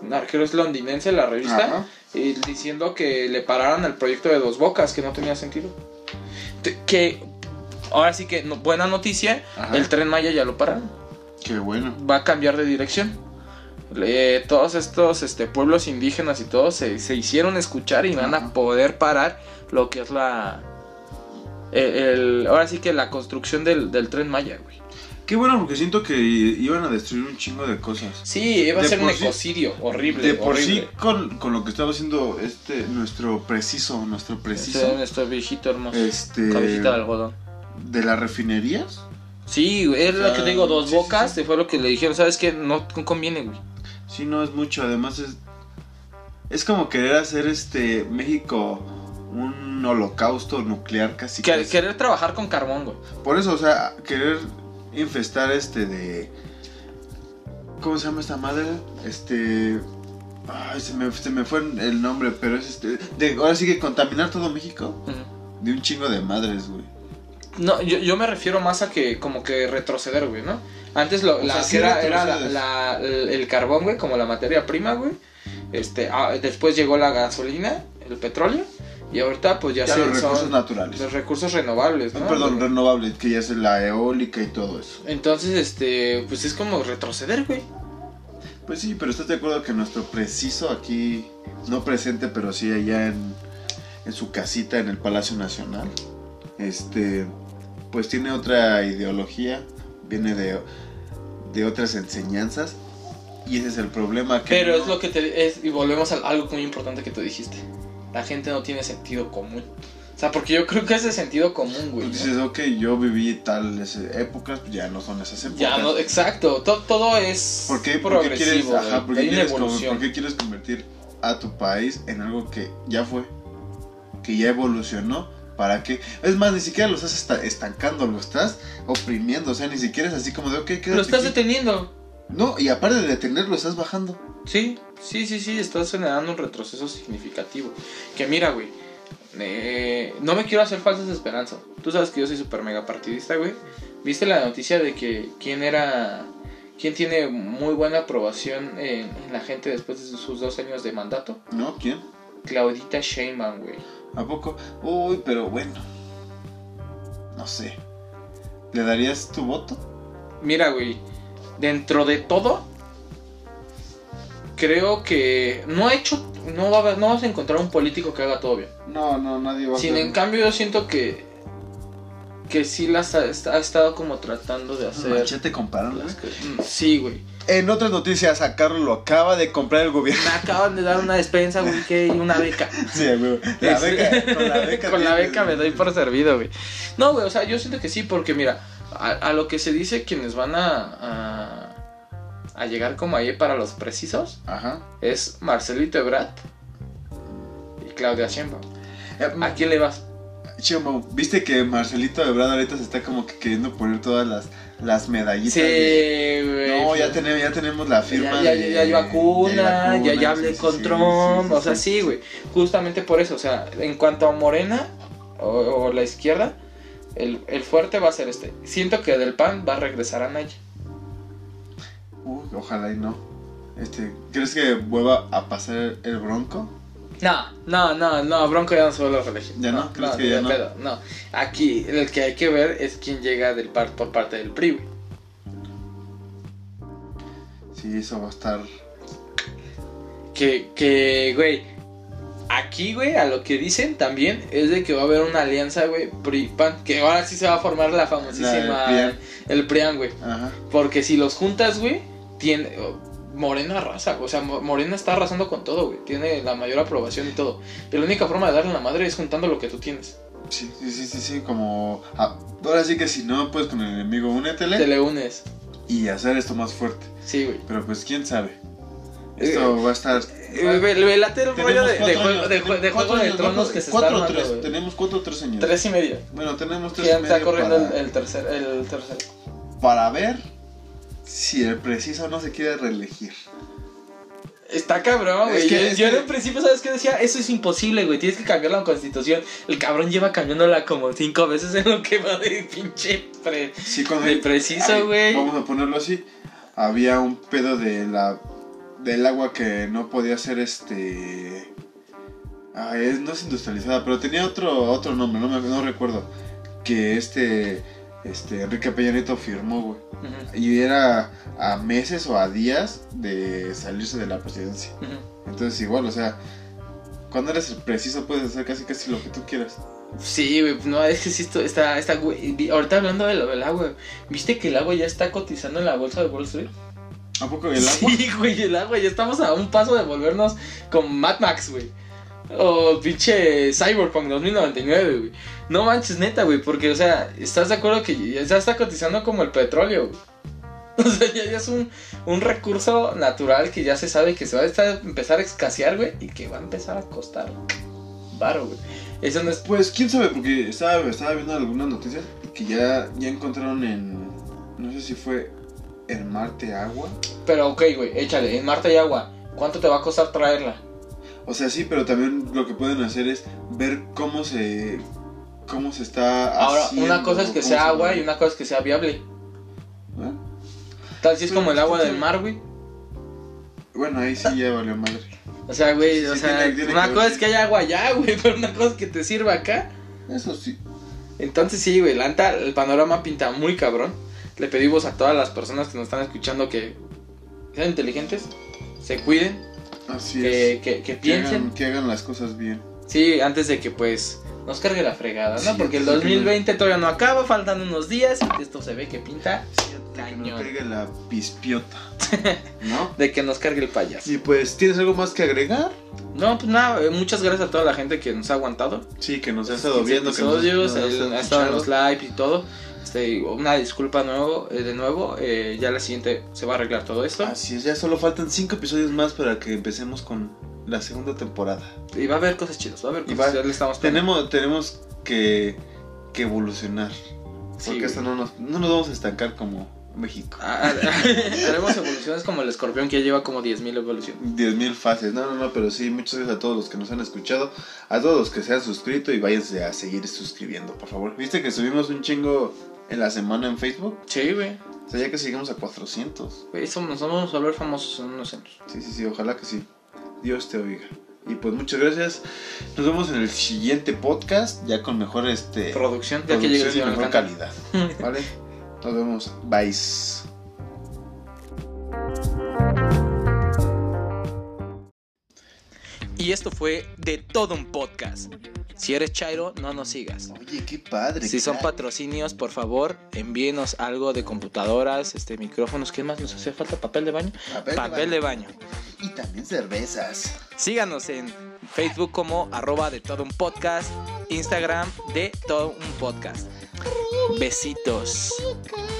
Speaker 2: un arquero es londinense la revista,
Speaker 3: Ajá.
Speaker 2: y diciendo que le pararan el proyecto de Dos Bocas, que no tenía sentido. Te- Que ahora sí que no- buena noticia,
Speaker 3: Ajá.
Speaker 2: el tren Maya ya lo pararon
Speaker 3: Qué bueno.
Speaker 2: va a cambiar de dirección. Le- todos estos este, pueblos indígenas y todo se, se hicieron escuchar y van a
Speaker 3: Ajá.
Speaker 2: poder parar lo que es la. el- el- ahora sí que la construcción del, del tren Maya, güey.
Speaker 3: Qué bueno porque siento que i- iban a destruir un chingo de cosas.
Speaker 2: Sí, iba a
Speaker 3: De
Speaker 2: ser un
Speaker 3: por sí-
Speaker 2: ecocidio horrible.
Speaker 3: De por
Speaker 2: horrible.
Speaker 3: sí, con, con lo que estaba haciendo este, nuestro preciso, nuestro preciso,
Speaker 2: Este, este viejito hermoso.
Speaker 3: este,
Speaker 2: Cabecita de algodón.
Speaker 3: de las refinerías,
Speaker 2: Sí, güey, es lo
Speaker 3: Ah,
Speaker 2: que te digo, dos
Speaker 3: sí, sí,
Speaker 2: bocas,
Speaker 3: sí.
Speaker 2: fue lo que le dijeron, ¿sabes qué? No conviene, güey.
Speaker 3: sí no es mucho, además es, es como querer hacer este México un holocausto nuclear casi.
Speaker 2: Que-
Speaker 3: casi.
Speaker 2: querer trabajar con carbón, güey.
Speaker 3: Por eso, o sea, querer infestar este de, ¿cómo se llama esta madre? Este, ay, se me, se me fue el nombre, pero es este, de- ahora sí que contaminar todo México
Speaker 2: Ujú.
Speaker 3: de un chingo de madres, güey.
Speaker 2: No, yo, yo me refiero más a que como que retroceder, güey, ¿no? Antes lo,
Speaker 3: O
Speaker 2: la
Speaker 3: sea,
Speaker 2: que
Speaker 3: sí
Speaker 2: era, era la,
Speaker 3: retrocedes.
Speaker 2: la- el el carbón, güey, como la materia prima, güey. Este, ah, después llegó la gasolina, el petróleo, y ahorita pues ya,
Speaker 3: Ya,
Speaker 2: se-
Speaker 3: los recursos
Speaker 2: son
Speaker 3: naturales.
Speaker 2: los recursos renovables, ¿no?
Speaker 3: Ah, Perdón, renovables, que ya es la eólica y todo eso.
Speaker 2: Entonces, este, pues es como retroceder, güey.
Speaker 3: Pues sí, pero ¿estás de acuerdo que nuestro preciso aquí, no presente, pero sí allá en, en su casita en el Palacio Nacional, este, pues tiene otra ideología, viene de, de otras enseñanzas, y ese es el problema que...
Speaker 2: Pero
Speaker 3: no-
Speaker 2: es lo que te es, y volvemos a algo muy importante que tú dijiste. La gente no tiene sentido común. O sea, porque yo creo que ese sentido común, güey.
Speaker 3: Tú
Speaker 2: ¿no?
Speaker 3: dices, ok, yo viví tales épocas, pues ya no son esas épocas.
Speaker 2: Ya no, exacto, to- todo es
Speaker 3: ¿Por qué, por qué quieres,
Speaker 2: progresivo,
Speaker 3: ajá,
Speaker 2: güey,
Speaker 3: por qué
Speaker 2: hay una
Speaker 3: quieres con-
Speaker 2: evolución.
Speaker 3: por qué quieres convertir a tu país en algo que ya fue? Que ya evolucionó. ¿Para qué? Es más, ni siquiera lo estás esta- estancando, lo estás oprimiendo. O sea, ni siquiera es así como de, ok, quédate
Speaker 2: Lo estás
Speaker 3: aquí.
Speaker 2: deteniendo.
Speaker 3: No, y aparte de detenerlo, estás bajando.
Speaker 2: Sí, sí, sí, sí, estás generando un retroceso significativo. Que mira, güey, eh, no me quiero hacer falsas esperanzas. Tú sabes que yo soy super mega partidista, güey. ¿Viste la noticia de que quién era... ¿Quién tiene muy buena aprobación en, en la gente después de sus dos años de mandato?
Speaker 3: ¿No? ¿Quién?
Speaker 2: Claudita Sheinbaum, güey.
Speaker 3: ¿A poco? Uy, pero bueno. No sé. ¿Le darías tu voto?
Speaker 2: Mira, güey, dentro de todo, creo que no ha hecho, no, va a haber- no vas a encontrar un político que haga todo bien.
Speaker 3: No, no, nadie va
Speaker 2: Sin en cambio, yo siento que que sí las ha, est- ha estado como tratando de hacer.
Speaker 3: Machete compraron, güey.
Speaker 2: las que- Mm, sí, güey.
Speaker 3: En otras noticias, a Carlos lo acaba de comprar el gobierno.
Speaker 2: Me acaban de dar una despensa, güey, que y una beca.
Speaker 3: Sí,
Speaker 2: [laughs]
Speaker 3: güey. La beca, con la beca.
Speaker 2: Este, Con la
Speaker 3: tienes,
Speaker 2: beca me
Speaker 3: güey.
Speaker 2: doy por servido, güey. No, güey, o sea, yo siento que sí, porque mira, a, a lo que se dice quienes van a, a, a llegar como ahí para los precisos,
Speaker 3: Ajá.
Speaker 2: es Marcelito Ebrard y Claudia Sheinbaum.
Speaker 3: Eh,
Speaker 2: ¿A quién le vas?
Speaker 3: Chimbo, viste que Marcelito Ebrard ahorita se está como que queriendo poner todas las, las medallitas.
Speaker 2: Sí,
Speaker 3: de-
Speaker 2: güey.
Speaker 3: No, ya tenemos, ya tenemos la firma.
Speaker 2: Ya, ya,
Speaker 3: de-
Speaker 2: ya hay
Speaker 3: de
Speaker 2: vacuna,
Speaker 3: vacuna,
Speaker 2: ya, ya
Speaker 3: sí,
Speaker 2: hablé
Speaker 3: sí,
Speaker 2: con
Speaker 3: sí,
Speaker 2: Trump,
Speaker 3: sí, sí,
Speaker 2: o sea,
Speaker 3: sí.
Speaker 2: sí, güey. Justamente por eso, o sea, en cuanto a Morena o, o la izquierda, el, el fuerte va a ser este. Siento que del PAN va a regresar a Naya.
Speaker 3: Uy, ojalá y no. Este, ¿Crees que vuelva a pasar el bronco?
Speaker 2: No, no, no, no, Bronco ya no se vuelve a reelegir.
Speaker 3: ¿Ya no? ¿Crees que
Speaker 2: ni
Speaker 3: ya
Speaker 2: de
Speaker 3: no?
Speaker 2: pedo, no. Aquí el que hay que ver es quién llega del par, por parte del PRI, güey.
Speaker 3: Sí, eso va a estar.
Speaker 2: Que, que, güey. Aquí, güey, a lo que dicen también es de que va a haber una alianza, güey, PRI-PAN. Que ahora sí se va a formar la famosísima.
Speaker 3: La del
Speaker 2: el PRIAN, güey.
Speaker 3: Ajá.
Speaker 2: Porque si los juntas, güey, tiene. oh, Morena arrasa, o sea, Mo- Morena está arrasando con todo, güey. Tiene la mayor aprobación y todo. Y la única forma de darle la madre es juntando lo que tú tienes.
Speaker 3: Sí, sí, sí, sí, sí, como. ah, ahora sí que si no, pues con el enemigo únetele
Speaker 2: Te le unes.
Speaker 3: y hacer esto más fuerte.
Speaker 2: Sí, güey.
Speaker 3: Pero pues quién sabe. Esto va a estar.
Speaker 2: Eh, ve- ve- Late el rollo de, de
Speaker 3: cuatro
Speaker 2: juego
Speaker 3: años,
Speaker 2: de, jue- de Juego
Speaker 3: tenemos cuatro
Speaker 2: de
Speaker 3: años,
Speaker 2: Tronos que
Speaker 3: cuatro-
Speaker 2: se está
Speaker 3: cuatro o
Speaker 2: armando,
Speaker 3: tres,
Speaker 2: güey.
Speaker 3: Tenemos cuatro o tres años.
Speaker 2: Tres y media.
Speaker 3: Bueno, tenemos tres
Speaker 2: Ya
Speaker 3: y
Speaker 2: está
Speaker 3: medio
Speaker 2: corriendo el,
Speaker 3: para,
Speaker 2: el tercer, el tercer.
Speaker 3: para ver si el preciso no se quiere reelegir.
Speaker 2: Está cabrón, güey.
Speaker 3: Es que-
Speaker 2: yo
Speaker 3: es
Speaker 2: yo
Speaker 3: que-
Speaker 2: en un principio, ¿sabes qué decía? Eso es imposible, güey. Tienes que cambiar la constitución. El cabrón lleva cambiándola como cinco veces en lo que va de pinche pre.
Speaker 3: Sí, cuando-
Speaker 2: De preciso,
Speaker 3: Ay,
Speaker 2: güey.
Speaker 3: Vamos a ponerlo así. Había un pedo de la del agua que no podía ser este. Ah, es, no es industrializada, pero tenía otro otro nombre, no, me, no recuerdo. Que este este Enrique Peña Nieto firmó, güey.
Speaker 2: Ujú,
Speaker 3: Y era a meses o a días de salirse de la presidencia.
Speaker 2: ujú.
Speaker 3: Entonces igual, o sea, cuando eres el preciso puedes hacer casi casi lo que tú quieras.
Speaker 2: Sí, güey. No, es que sí, esto está. está güey. Vi- Ahorita hablando de lo del agua, ¿viste que el agua ya está cotizando en la bolsa de Wall Street?
Speaker 3: ¿A poco el agua?
Speaker 2: Sí, güey, el agua. Ya estamos a un paso de volvernos con Mad Max, güey. O pinche Cyberpunk 2099, güey. No manches, neta, güey. Porque, o sea, ¿estás de acuerdo que ya ya está cotizando como el petróleo, güey? [laughs] O sea, ya, ya es un, un recurso natural que ya se sabe que se va a estar- empezar a escasear, güey. Y que va a empezar a costar varo, güey. Eso no es...
Speaker 3: Pues quién sabe, porque estaba, estaba viendo algunas noticias que ya, ya encontraron en. No sé si fue en Marte agua.
Speaker 2: Pero, ok, güey, échale. En Marte hay agua. ¿Cuánto te va a costar traerla?
Speaker 3: O sea, sí, pero también lo que pueden hacer es ver cómo se. cómo se está
Speaker 2: Ahora,
Speaker 3: haciendo,
Speaker 2: una cosa es que
Speaker 3: cómo
Speaker 2: sea
Speaker 3: se-
Speaker 2: agua y una cosa es que sea viable.
Speaker 3: ¿Eh?
Speaker 2: Tal si es
Speaker 3: Pero
Speaker 2: como el
Speaker 3: es que
Speaker 2: agua del
Speaker 3: tiene-
Speaker 2: mar, güey.
Speaker 3: Bueno, ahí sí ya valió madre.
Speaker 2: O sea, güey,
Speaker 3: Sí,
Speaker 2: o
Speaker 3: sí,
Speaker 2: sea,
Speaker 3: tiene- tiene
Speaker 2: una
Speaker 3: que ver.
Speaker 2: cosa es que haya agua allá, güey, [laughs] pero una cosa es que te sirva acá.
Speaker 3: Eso sí.
Speaker 2: Entonces sí, güey, la neta, el panorama pinta muy cabrón. Le pedimos a todas las personas que nos están escuchando que sean inteligentes, se cuiden,
Speaker 3: Así
Speaker 2: que,
Speaker 3: es.
Speaker 2: que, que
Speaker 3: Que
Speaker 2: piensen.
Speaker 3: hagan, que hagan las cosas bien.
Speaker 2: Sí, antes de que pues nos cargue la fregada, ¿no?
Speaker 3: Sí,
Speaker 2: Porque el
Speaker 3: antes de que nos-
Speaker 2: 2020 todavía no acaba, faltan unos días y esto se ve que pinta
Speaker 3: Que no
Speaker 2: cañón.
Speaker 3: caiga la pispiota. ¿No?
Speaker 2: De que nos cargue el payaso.
Speaker 3: Y pues, ¿tienes algo más que agregar?
Speaker 2: No, pues nada, eh, muchas gracias a toda la gente que nos ha aguantado.
Speaker 3: Sí, que nos ha
Speaker 2: Estos
Speaker 3: estado viendo, que nos,
Speaker 2: episodios,
Speaker 3: nos ha
Speaker 2: el-
Speaker 3: estado
Speaker 2: ha estado en los
Speaker 3: escuchando.
Speaker 2: live y todo. Este, una disculpa nuevo, eh, de nuevo. eh, ya la siguiente se va a arreglar todo esto.
Speaker 3: Así es, ya solo faltan cinco episodios más para que empecemos con la segunda temporada.
Speaker 2: Y va a haber cosas chidas, va a haber
Speaker 3: Y
Speaker 2: cosas
Speaker 3: va-
Speaker 2: chidas. Le estamos
Speaker 3: Tenemos, tenemos que, que evolucionar.
Speaker 2: planeando. Sí,
Speaker 3: Porque hasta
Speaker 2: güey.
Speaker 3: no nos, no nos vamos a estancar como México.
Speaker 2: Ah, [laughs] ah, Haremos evoluciones como el escorpión que ya lleva como 10.000 evoluciones.
Speaker 3: 10.000 fases, no, no, no, pero sí, muchas gracias a todos los que nos han escuchado, a todos los que se han suscrito y váyanse a seguir suscribiendo, por favor. ¿Viste que subimos un chingo en la semana en Facebook?
Speaker 2: Sí, güey.
Speaker 3: O sea, ya que llegamos a 400.
Speaker 2: Güey, somos- Nos vamos a volver famosos en unos años.
Speaker 3: Sí, sí, sí, ojalá que sí. Dios te oiga. Y pues muchas gracias. Nos vemos en el siguiente podcast, ya con mejor este
Speaker 2: Producción, ya que llegue el
Speaker 3: producción y
Speaker 2: señor
Speaker 3: mejor
Speaker 2: Alcántara.
Speaker 3: calidad. ¿Vale? Nos vemos. Bye.
Speaker 2: Y esto fue de todo un podcast. Si eres Chairo, no nos sigas.
Speaker 3: Oye, qué padre.
Speaker 2: Si son
Speaker 3: crack.
Speaker 2: patrocinios, por favor, envíenos algo de computadoras, este micrófonos, ¿qué más nos hace falta? ¿Papel de baño?
Speaker 3: Papel de
Speaker 2: Papel de baño.
Speaker 3: Y también cervezas.
Speaker 2: Síganos en Facebook como arroba de todo un podcast, Instagram de todo un podcast. Besitos.
Speaker 4: Chica.